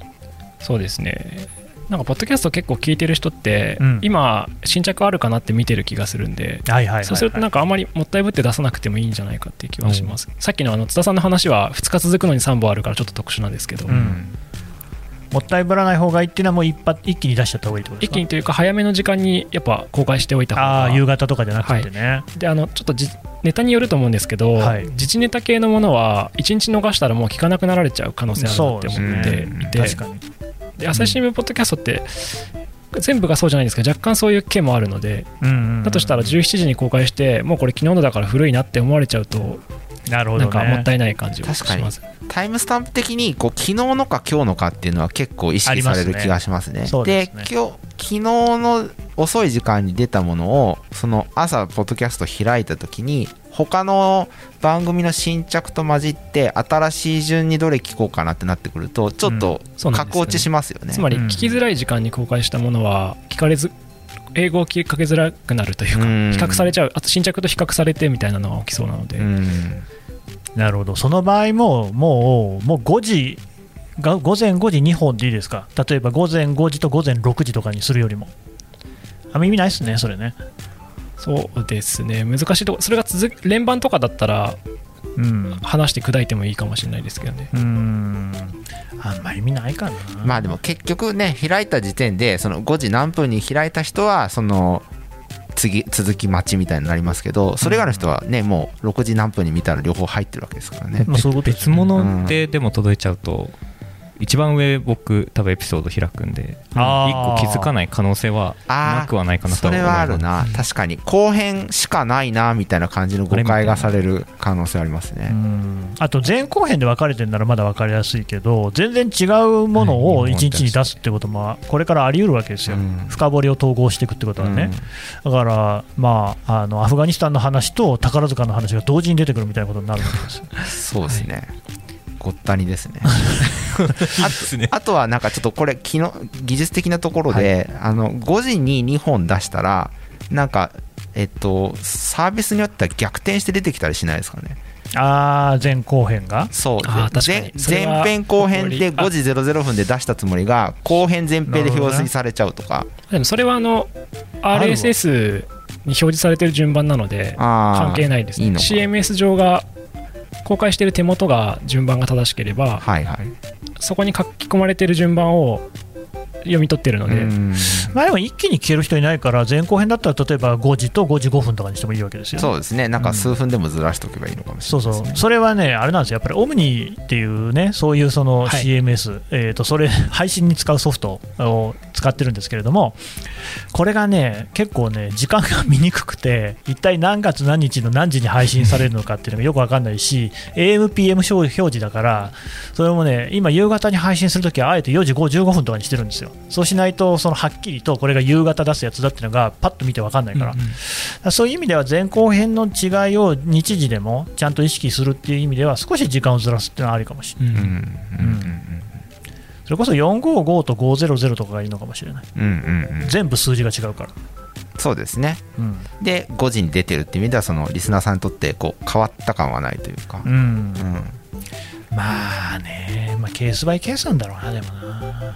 Speaker 2: そうですねなんかポッドキャスト結構聞いてる人って、
Speaker 1: うん
Speaker 2: 今新着あるかなって見てる気がするんで
Speaker 1: はいはいはいはい
Speaker 2: そうするとなんかあんまりもったいぶって出さなくてもいいんじゃないかっていう気はします、さっきのあの津田さんの話は2日続くのに3本あるからちょっと特殊なんですけど、
Speaker 1: うんもったいぶらない方がいいっていうのはもう一発一気に出しちゃった方がいいってことで
Speaker 2: 一
Speaker 1: すか
Speaker 2: 気にというか早めの時間にやっぱ公開しておいた方
Speaker 1: あ
Speaker 2: が
Speaker 1: あ夕方とかじゃなくてね、
Speaker 2: であのちょっとじネタによると思うんですけど、
Speaker 1: はい
Speaker 2: 自治ネタ系のものは1日逃したらもう聞かなくなられちゃう可能性あるなって思って
Speaker 3: そう
Speaker 2: いて、
Speaker 1: 確かに
Speaker 2: で朝日新聞ポッドキャストって全部がそうじゃないんですけど若干そういう系もあるのでだとしたら
Speaker 1: 10
Speaker 2: 17時に公開してもうこれ昨日のだから古いなって思われちゃうと
Speaker 1: なるほど、
Speaker 2: な
Speaker 1: ね、
Speaker 2: んかもったいない感じがし
Speaker 3: 確か
Speaker 2: ま
Speaker 3: に
Speaker 2: す
Speaker 3: タイムスタンプ的にこう昨日のか今日のかっていうのは結構
Speaker 1: あ
Speaker 3: 意
Speaker 1: り
Speaker 3: 識
Speaker 1: ま
Speaker 3: さ
Speaker 1: す
Speaker 3: れ
Speaker 1: ね
Speaker 3: る気がしますね。
Speaker 1: そうですね
Speaker 3: 今日昨日の遅い時間に出たものをその朝ポッドキャスト開いた時に他の番組の新着と混じって新しい順にどれ聞こうかなってなってくるとちょっと
Speaker 2: そうなんですよね
Speaker 3: 格落ちしますよね。
Speaker 2: つまり
Speaker 1: うん
Speaker 2: 聞きづらい時間に公開したものは聞かれず英語を聞きかけづらくなるというか
Speaker 3: うん
Speaker 2: 比較されちゃうあと新着と比較されてみたいなのが起きそうなので、
Speaker 3: うん
Speaker 1: なるほどその場合ももうもう5時が午前5時2本でいいですか例えば午前5時と午前6時とかにするよりもあんま意味ないですねそれね
Speaker 2: そうですね難しいとこそれが続く連番とかだったら
Speaker 1: うん
Speaker 2: 話して砕いてもいいかもしれないですけどね
Speaker 1: うんあんま意味ないかな
Speaker 3: まあでも結局ね開いた時点でその5時何分に開いた人はその次続き待ちみたいになりますけどそれ以外の人はねもう6時何分に見たら両方入ってるわけですからね
Speaker 1: まあそういうことです
Speaker 5: 別
Speaker 1: ね
Speaker 5: 物ででも届いちゃうと、一番上僕多分エピソード開くんで
Speaker 1: あー
Speaker 5: 一個気づかない可能性は
Speaker 3: あー
Speaker 5: なくはないかなと
Speaker 3: そ
Speaker 5: は思
Speaker 3: れ
Speaker 5: い
Speaker 3: は
Speaker 5: ま
Speaker 3: あ
Speaker 5: す
Speaker 3: るな確かに後編しかないなみたいな感じの誤解がされる可能性あります
Speaker 1: う
Speaker 3: ね
Speaker 1: んあと前後編で分かれてるならまだ分かりやすいけど全然違うものを
Speaker 5: はい
Speaker 1: 1日に出すってこともこれからあり得るわけですよ、
Speaker 3: うん
Speaker 1: 深掘りを統合していくってことはね、だから、まあ、あのアフガニスタンの話と宝塚の話が同時に出てくるみたいなことになるわけ ですよ
Speaker 3: そうですね、ごったにですね あとあとはなんかちょっとこれ昨日技術的なところで、あの5時に2本出したらなんかえっとサービスによっては逆転して出てきたりしないですかね
Speaker 1: あー前後編が
Speaker 3: そう
Speaker 2: あー確か
Speaker 3: 前
Speaker 2: にそれは
Speaker 3: 前編後編で
Speaker 2: あ
Speaker 3: 5時00分で出したつもりが後編前編で表示されちゃうとか
Speaker 2: でもそれはあの
Speaker 1: あるわ
Speaker 2: RSS に表示されてる順番なので
Speaker 3: 関
Speaker 2: 関係ないですね
Speaker 3: いいのか
Speaker 2: CMS 上が公開してる手元が順番が正しければ
Speaker 3: はいはい
Speaker 2: そこに書き込まれてる順番を読み取ってるので、
Speaker 3: うん
Speaker 1: まあ、でも一気に消える人いないから前後編だったら例えば5時と5時5分とかにしてもいいわけですよね
Speaker 3: そうですねなんか数分でもずらしておけばいいのかもし
Speaker 1: そ
Speaker 3: れ
Speaker 1: う
Speaker 3: ない
Speaker 1: そ
Speaker 3: ですね、
Speaker 1: うそれはね、あれなんですよ、やっぱりオムニっていうね、そういうその
Speaker 2: はい
Speaker 1: CMS、えーとそれ、 配信に使うソフトを使ってるんですけれども、これがね、結構ね、時間が見にくくて、一体何月何日の何時に配信されるのかっていうのがよくわかんないし、AM、PM 表示だから、それもね、今、夕方に配信するときは、あえて4時55分とかにしてるんですよ、そうしないと、そのはっきりとこれが夕方出すやつだっていうのが、パッと見てわかんないから。そういう意味では前後編の違いを日時でもちゃんと意識するっていう意味では少し時間をずらすっていうのはありかもしれない、
Speaker 2: うん
Speaker 3: うん
Speaker 1: それこそ455と500とかがいいのかもしれない
Speaker 3: うんうんうんうんうん
Speaker 1: 全部数字が違うから、
Speaker 3: そうですね
Speaker 1: うん
Speaker 3: で5時に出てるっていう意味ではそのリスナーさんにとってこう変わった感はないというか、
Speaker 1: うん
Speaker 3: うん
Speaker 1: まあね、まあ、ケースバイケースなんだろうなでもな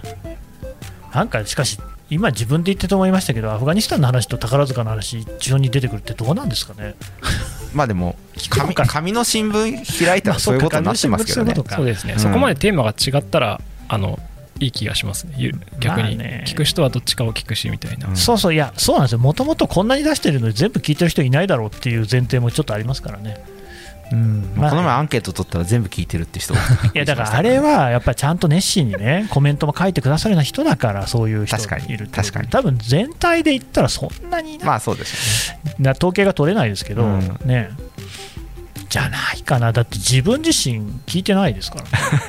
Speaker 1: なんかしかし今自分で言ってと思いましたけどアフガニスタンの話と宝塚の話一緒に出てくるってどうなんですかね
Speaker 3: まあでも
Speaker 1: こう
Speaker 3: 紙
Speaker 1: か
Speaker 3: 紙の新聞開いた
Speaker 1: ま
Speaker 3: ら
Speaker 1: あ
Speaker 3: そういうことになってますけどね
Speaker 1: そうか
Speaker 2: そうですね、
Speaker 3: うん
Speaker 2: そこまでテーマが違ったらあのいい気がしますねゆ逆に
Speaker 1: まあね
Speaker 2: 聞く人はどっちかを聞くしみたいな、
Speaker 3: うん
Speaker 1: そうそういやそうなんですよもともとこんなに出してるのに全部聞いてる人いないだろうっていう前提もちょっとありますからねうん
Speaker 3: まあこの前
Speaker 1: まあ
Speaker 3: アンケート取ったら全部聞いてるって 人が
Speaker 1: いやだからあれはやっぱりちゃんと熱心にね、コメントも書いてくださるような人だから、そういう人
Speaker 3: 確か
Speaker 1: が
Speaker 3: に
Speaker 1: いるってこと
Speaker 3: 確かに
Speaker 1: 多分全体で言ったら、そんなにな
Speaker 3: まあそうです
Speaker 1: な統計が取れないですけど、
Speaker 3: うん
Speaker 1: ねじゃないかな、だって自分自身聞いてないですか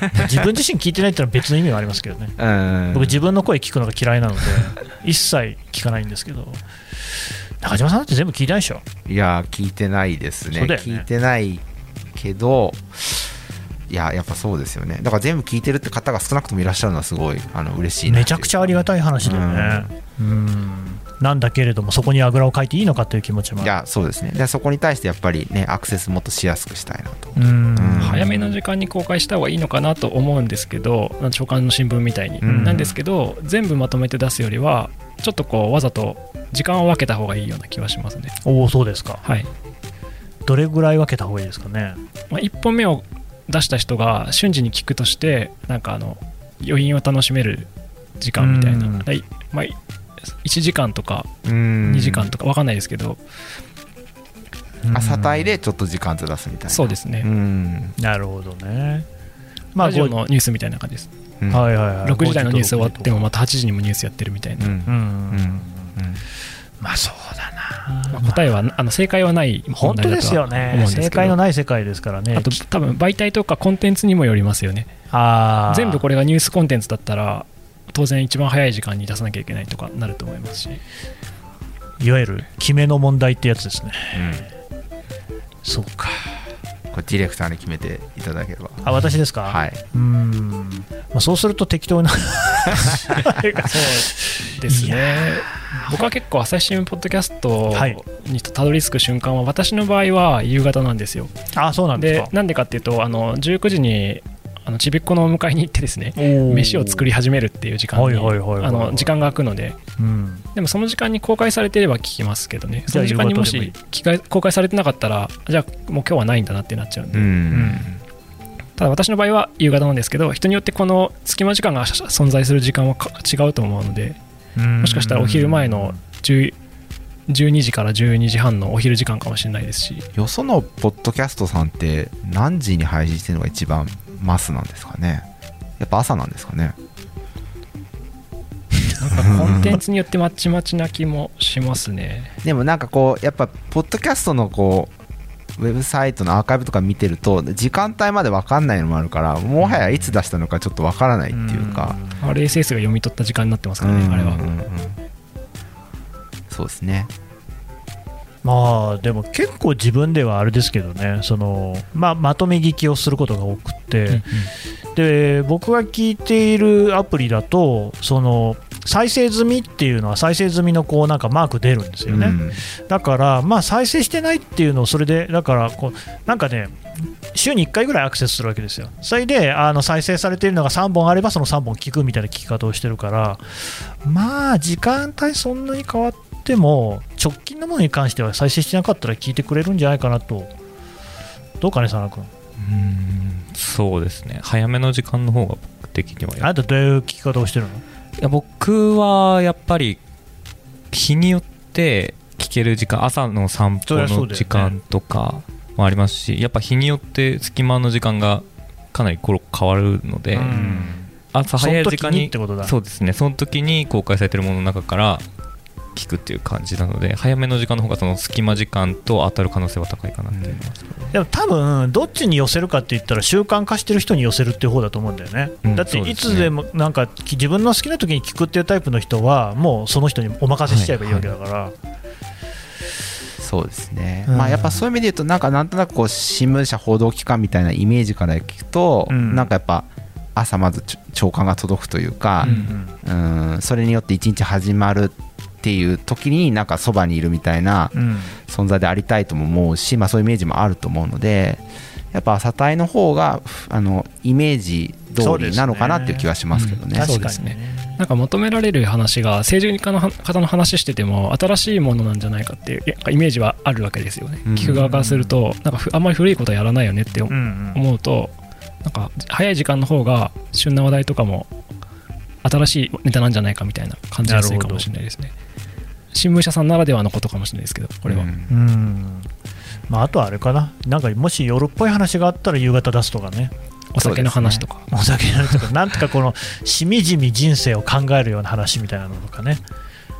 Speaker 1: ら ね、自分自身聞いてないってのは別の意味がありますけどね、
Speaker 3: よねうん
Speaker 1: 僕、自分の声聞くのが嫌いなの で、一切聞かないんですけど、中島さんだって全部聞いてないでしょ、
Speaker 3: いや聞いてないですね
Speaker 1: そうだよね
Speaker 3: 聞いてないけどいややっぱそうですよねだから全部聞いてるって方が少なくともいらっしゃるのはすごいあの嬉しいな
Speaker 1: めちゃくちゃありがたい話だよね。うんなんだけれども、そこにあぐらをかいていいのかという気持ちもあ
Speaker 3: い
Speaker 1: る
Speaker 3: やそうですねでそこに対してやっぱりねアクセスもっとしやすくしたいなと
Speaker 1: うん
Speaker 2: 早めの時間に公開した方がいいのかなと思うんですけどなんか朝刊の新聞みたいに、
Speaker 1: うん
Speaker 2: なんですけど全部まとめて出すよりはちょっとこうわざと時間を分けた方がいいような気はしますね
Speaker 1: おお、そうですか、
Speaker 2: はい、
Speaker 1: どれぐらい分けた方がいいですかね、
Speaker 2: まあ、1本目を出した人が瞬時に聞くとしてなんかあの余韻を楽しめる時間みたいな、
Speaker 1: うん
Speaker 2: だいまあ、い1時間とか
Speaker 3: うん
Speaker 2: 2時間とか分かんないですけど、
Speaker 3: 朝帯でちょっと時間ずらすみたいな
Speaker 2: そうですね、
Speaker 3: うん、
Speaker 1: なるほどね。まあ、
Speaker 2: ラジ
Speaker 1: ご
Speaker 2: オのニュースみたいな感じです
Speaker 3: うん
Speaker 1: はいはいはい、
Speaker 2: 6時台のニュース終わってもま
Speaker 1: た、
Speaker 2: た8時にもニュースやってるみたいな
Speaker 3: うん、
Speaker 1: うん
Speaker 3: うん
Speaker 1: まあそうだ
Speaker 2: ま
Speaker 1: な、
Speaker 2: あ答えはあの正解はない
Speaker 1: 本
Speaker 2: 問
Speaker 1: 当
Speaker 2: 題だ
Speaker 1: で
Speaker 2: と
Speaker 1: す
Speaker 2: は
Speaker 1: よ
Speaker 2: 思
Speaker 1: ね、
Speaker 2: うんですけど
Speaker 1: 正解のない世界ですからね、
Speaker 2: あと多分媒体とかコンテンツにもよりますよね
Speaker 1: あー
Speaker 2: 全部これがニュースコンテンツだったら当然一番早い時間に出さなきゃいけないとかなると思いますし
Speaker 1: いわゆる決めの問題ってやつですね、そうか、
Speaker 3: これディレクターに決めていただければ
Speaker 1: あ私ですか、
Speaker 3: はい、
Speaker 1: うーん、まあ、そうすると適当な、
Speaker 2: そうです
Speaker 1: いや
Speaker 2: ね僕は結構朝日新聞ポッドキャスト
Speaker 1: はい
Speaker 2: にたどり着く瞬間は私の場合は夕方なんですよ
Speaker 1: あそうなんです
Speaker 2: で
Speaker 1: か、
Speaker 2: なんでかっていうとあの19時にあのちびっこのお迎えに行ってですね飯を作
Speaker 1: り、
Speaker 2: り始めるっていう時間
Speaker 1: はい
Speaker 2: に
Speaker 1: はいはいはい
Speaker 2: あの時間が空くので
Speaker 1: うん、
Speaker 2: でもその時間に公開されてれば聞きますけどね、
Speaker 1: じ
Speaker 2: そ
Speaker 1: ゃあ
Speaker 2: の時間にも
Speaker 1: 夕
Speaker 2: し
Speaker 1: 方
Speaker 2: 機会公開されてなかったら、じゃあもう今日はないんだなってなっちゃうんで、ただ私の場合は夕方なんですけど、人によってこの隙間時間が存在する時間はか違うと思うので、も
Speaker 1: も
Speaker 2: しかしたらお昼前の10 12時から12時半のお昼時間かもしれないですし、
Speaker 3: よそのポッドキャストさんって何時に配信してるのが一番マスなんですかねやっぱ朝なんですかね
Speaker 2: なんかコンテンツによってまちまちな気もしますね。
Speaker 3: でもなんかこうやっぱポッドキャストのこうウェブサイトのアーカイブとか見てると時間帯まで分かんないのもあるからもはやいつ出したのかちょっと分からないっていうか、
Speaker 2: RSS が読み取った時間になってますから
Speaker 3: うん
Speaker 2: ね、あれは。
Speaker 3: うんうんうんそうですね
Speaker 1: まあでも結構自分ではあれですけどねその、まあ、まとめ聞きをすることが多くて、
Speaker 2: うんうん
Speaker 1: で僕が聞いているアプリだとその再生済みっていうのは再生済みのこうなんかマーク出るんですよね、
Speaker 3: うん
Speaker 1: だから、まあ、再生してないっていうのをそれでだからこうなんかね週に1回ぐらいアクセスするわけですよ、それであの再生されているのが3本あればその3本聞くみたいな聞き方をしてるから、まあ、時間帯そんなに変わっても、直近のものに関しては再生してなかったら聞いてくれるんじゃないかなと、どうかね、佐野君、
Speaker 5: うんそうですね早めの時間の方が僕的には
Speaker 1: あ
Speaker 5: や
Speaker 1: なた、どういう聞き方をしてるの
Speaker 5: いや僕はやっぱり日によって聞ける時間朝の散歩
Speaker 1: そりゃそうだよ
Speaker 5: の
Speaker 1: ね
Speaker 5: 時間とかもありますし、やっぱ日によって隙間の時間がかなりころ変わるので、
Speaker 1: うん
Speaker 5: 朝
Speaker 1: そ
Speaker 5: 早い
Speaker 1: の
Speaker 5: 時
Speaker 1: 時
Speaker 5: 間
Speaker 1: に
Speaker 5: に
Speaker 1: ってことだ。
Speaker 5: そうですねその時に公開されてるものの中から聞くっていう感じなので早めの時間の方がその隙間時間と当たる可能性は高いかなって思います、
Speaker 1: でも多分どっちに寄せるかって言ったら習慣化してる人に寄せるっていう方だと思うんだよね、
Speaker 5: うん
Speaker 1: だって
Speaker 5: そう
Speaker 1: い
Speaker 5: ですね
Speaker 1: つでもなんかき自分の好きな時に聞くっていうタイプの人はもうその人にお任せしちゃえばいいわけだから、
Speaker 3: そうですね、
Speaker 1: うん
Speaker 3: まあやっぱそういう意味で言うとなんかなんとなくこう新聞社報道機関みたいなイメージから聞くと、
Speaker 1: うん
Speaker 3: なんかやっぱ朝まずちょ朝刊が届くというか、うん、それによって一日始まるっていう時になんかそばにいるみたいな
Speaker 1: うんうん
Speaker 3: 存在でありたいとも思うし、まあ、そういうイメージもあると思うのでやっぱ朝体の方がふあのイメージ通りなのかなっていう気はしますけどね。
Speaker 1: 確
Speaker 2: そうで
Speaker 1: か
Speaker 2: す
Speaker 1: に
Speaker 2: ね
Speaker 1: ね
Speaker 2: なんか求められる話が政治家の方の話してても新しいものなんじゃないかっていういやイメージはあるわけですよね、
Speaker 3: うん
Speaker 2: 聞く側からするとなんかふあんまり古いことはやらないよねって
Speaker 1: うんうん
Speaker 2: 思うとなんか早い時間の方が旬な話題とかも新しいネタなんじゃないかみたいな感じやすいかもしれないですね新聞社さんならではのことかもしれないですけどこれは、
Speaker 3: うん
Speaker 1: うんまあ、あとはあれかな、なんかもし夜っぽい話があったら夕方出すとかね、
Speaker 2: お酒の話とか、
Speaker 1: お酒になるとか、なんとかこのしみじみ人生を考えるような話みたいなのとかね、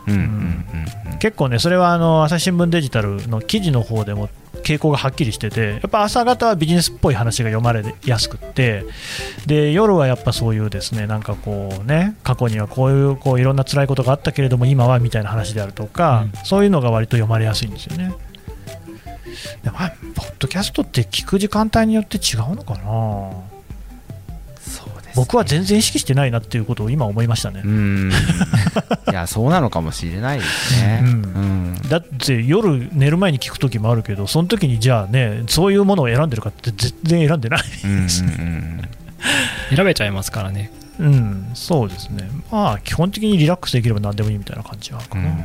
Speaker 3: うんうん
Speaker 1: 結構ね、それはあの朝日新聞デジタルの記事の方でも傾向がはっきりしてて、やっぱ朝方はビジネスっぽい話が読まれやすくって、で夜はやっぱそういうですね、なんかこうね、過去にはこういうこういろんな辛いことがあったけれども、今はみたいな話であるとか、そういうのが割と読まれやすいんですよね。でも、まあポッドキャストって聞く時間帯によって違うのかな、
Speaker 3: そうです
Speaker 1: 僕は全然意識してないなっていうことを今思いましたね。
Speaker 3: うんいやそうなのかもしれないですね
Speaker 1: う
Speaker 3: うんん、
Speaker 1: だって夜寝る前に聞く時もあるけどその時にじゃあねそういうものを選んでるかって全然選んでない
Speaker 3: うんうんうん
Speaker 2: 選べちゃいますからね、
Speaker 1: うんそうですねまあ基本的にリラックスできれば何でもいいみたいな感じはあるか
Speaker 3: う
Speaker 1: な、
Speaker 3: ん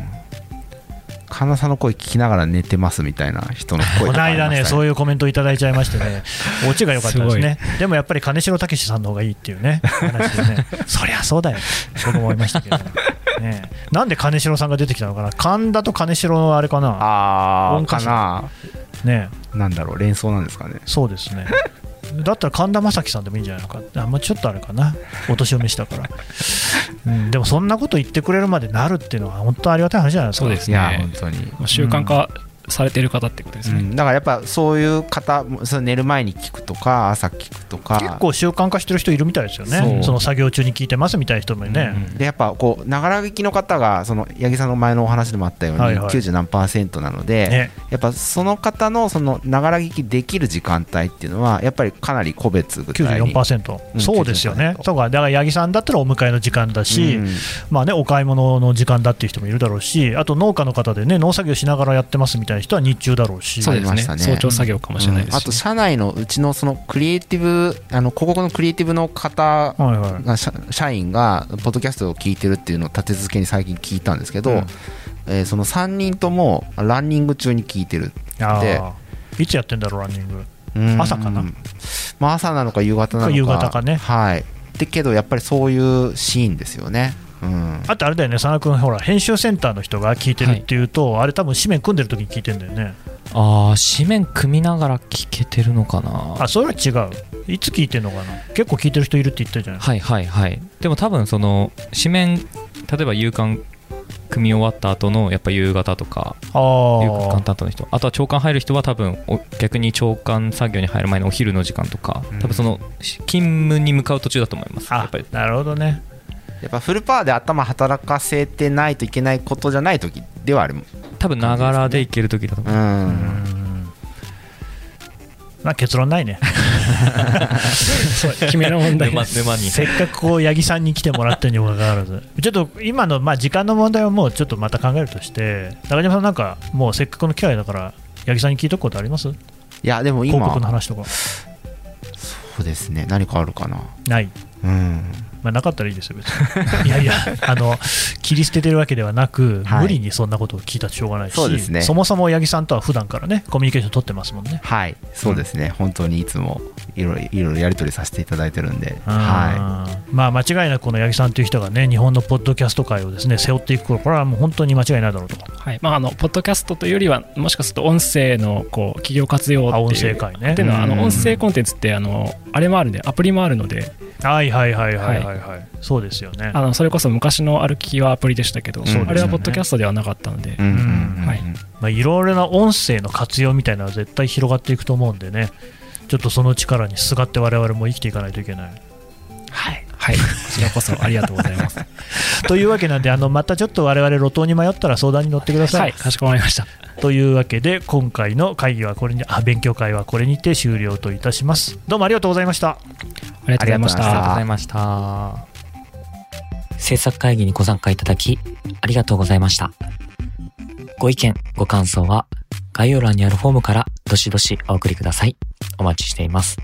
Speaker 3: 神田さんの声聞きながら寝てますみたいな人の声
Speaker 1: この間ね、そう
Speaker 3: いう
Speaker 1: いうコメントをいただいちゃいましてね、オチが良かったですね、でもやっぱり金城武さんの方がいいっていうね、話でね、そりゃそうだよ、そう思いましたけどね、ねえなんで金城さんが出てきたのかな、神田と金城のあれかな、
Speaker 3: あ
Speaker 1: 音
Speaker 3: あ
Speaker 1: 歌
Speaker 3: か
Speaker 1: 手
Speaker 3: な
Speaker 1: ねえ
Speaker 3: なんだろう連想なんですかね
Speaker 1: そうですね。 だったら神田正輝さんでもいいんじゃないのかあんまあちょっとあれかな、お年を召した から、うん、でもそんなこと言ってくれるまでなるっていうのは、本当ありがたい話じゃないですか、
Speaker 2: そうです
Speaker 3: いや
Speaker 2: ね
Speaker 3: 本、当に
Speaker 2: まあ習慣化されてる方ってことですね、
Speaker 3: うんだからやっぱそういう方その寝る前に聞くとか朝聞くとか
Speaker 1: 結構習慣化してる人いるみたいですよ
Speaker 3: そ
Speaker 1: ね、
Speaker 3: う
Speaker 1: その作業中に聞いてますみたいな人もね、
Speaker 3: でやっぱこうながら聞きの方がその八木さんの前のお話でもあったように
Speaker 1: はいはい
Speaker 3: 90何パーセントなので、
Speaker 1: ね
Speaker 3: やっぱその方のそのながら聞きできる時間帯っていうのはやっぱりかなり個別具体に
Speaker 1: 94%、
Speaker 3: うん
Speaker 1: そうですよね、
Speaker 3: 94%
Speaker 1: そうか、だから八木さんだったらお迎えの時間だし、
Speaker 3: うん
Speaker 1: まあね、お買い物の時間だっていう人もいるだろうし、あと農家の方でね、農作業しながらやってますみたいな人は日中だろうし、
Speaker 2: そうで
Speaker 3: あり
Speaker 2: す
Speaker 3: ま
Speaker 2: ね
Speaker 3: したね
Speaker 2: 早朝作業かもしれないですし、
Speaker 3: あと社内のうちのそのクリエイティブあの広告のクリエイティブの方
Speaker 1: はいはい、
Speaker 3: が社社員がポッドキャストを聞いてるっていうのを立て続けに最近聞いたんですけど、
Speaker 1: うん
Speaker 3: えーその3人ともランニング中に聞いてる
Speaker 1: あ
Speaker 3: で
Speaker 1: ーいつやってんだろう、ランニング。
Speaker 3: うん
Speaker 1: 朝かな
Speaker 3: まあ朝なのか夕方なのか
Speaker 1: 夕方かね
Speaker 3: はいでけどやっぱりそういうシーンですよねうん
Speaker 1: あとあれだよね、佐野君、ほら、編集センターの人が聞いてるっていうと、あれ、多分紙面組んでる時に聞いてんだよね。
Speaker 5: ああ紙面組みながら聞けてるのかな
Speaker 1: あ、それは違う。いつ聞いてんのかな結構聞いてる人いるって言ったじゃない
Speaker 5: はいはいはいでも多分その紙面例えば夕刊組み終わった後のやっぱ夕方とか
Speaker 1: あ
Speaker 5: 夕刊
Speaker 1: ー
Speaker 5: 担当の人あとは朝刊入る人は多分お逆に朝刊作業に入る前のお昼の時間とか多分そのし勤務に向かう途中だと思いますや
Speaker 1: あ
Speaker 5: っぱり
Speaker 1: なるほどね。
Speaker 3: やっぱフルパワーで頭働かせてないといけないことじゃない時ではある
Speaker 5: 多分ながらで行ける時だと思
Speaker 3: う
Speaker 5: う、
Speaker 3: ん
Speaker 1: まあ、結論ないね。
Speaker 2: そう決めの問題
Speaker 5: 沼沼に
Speaker 1: せっかくこう八木さんに来てもらってるにもかかわらず、ちょっと今のまあ時間の問題はもうちょっとまた考えるとして、中島さん、なんかもうせっかくの機会だから、八木さんに聞いとくことあります
Speaker 3: いやでも
Speaker 1: 広告
Speaker 3: 今
Speaker 1: の話とか。
Speaker 3: そうですね何かあるかな
Speaker 1: ない。
Speaker 3: うん
Speaker 1: まあ、なかったらいいですよ、別に。いやい や、あの切り捨ててるわけではなく、
Speaker 3: はい
Speaker 1: 無理にそんなことを聞いたってしょうがないし、
Speaker 3: そうですね
Speaker 1: もそも八木さんとは普段からね、コミュニケーション取ってますもんね。
Speaker 3: はいそうですね、本当にいつもいろいろいろいろやり取りさせていただいてるんでは
Speaker 1: はいまあ、間違いなくこの八木さんという人がね、日本のポッドキャスト界をですね背負っていく頃、これはもう本当に間違いないだろうと、
Speaker 2: はいまあ、あのポッドキャストというよりはもしかすると音声のこう企業活用
Speaker 1: あ
Speaker 2: っ
Speaker 1: 音
Speaker 2: てい
Speaker 1: 声
Speaker 2: う
Speaker 1: 界ね
Speaker 2: っていう。のはあ
Speaker 3: うん
Speaker 2: の音声コンテンツってあのあれもあるんでアプリもあるので
Speaker 1: はいはいはいはいはい、はい、そうですよね。
Speaker 2: あのそれこそ昔の歩きはアプリでしたけ
Speaker 3: そう
Speaker 2: ど、
Speaker 3: ですよね
Speaker 2: あれはポッドキャストではなかったので
Speaker 3: い、うんうんうん
Speaker 2: はい
Speaker 1: まあ、いろいろな音声の活用みたいなのは絶対広がっていくと思うんでね、ちょっとその力にすがって我々も生きていかないといけない。
Speaker 2: はい、はい、こちらこそありがとうございます
Speaker 1: というわけなんで、あのまたちょっと我々路頭に迷ったら相談に乗ってくださ
Speaker 2: はいかしこまりました
Speaker 1: というわけで今回の会議はこれにあ勉強会はこれにて終了といたしますどうもありがとうございました
Speaker 2: ありがとうございまし
Speaker 3: ありがとうございました
Speaker 5: ありがとうございました
Speaker 6: 制作会議にご参加いただき、ありがとうございました。ご意見、ご感想は、概要欄にあるフォームからどしどしお送りください。お待ちしています。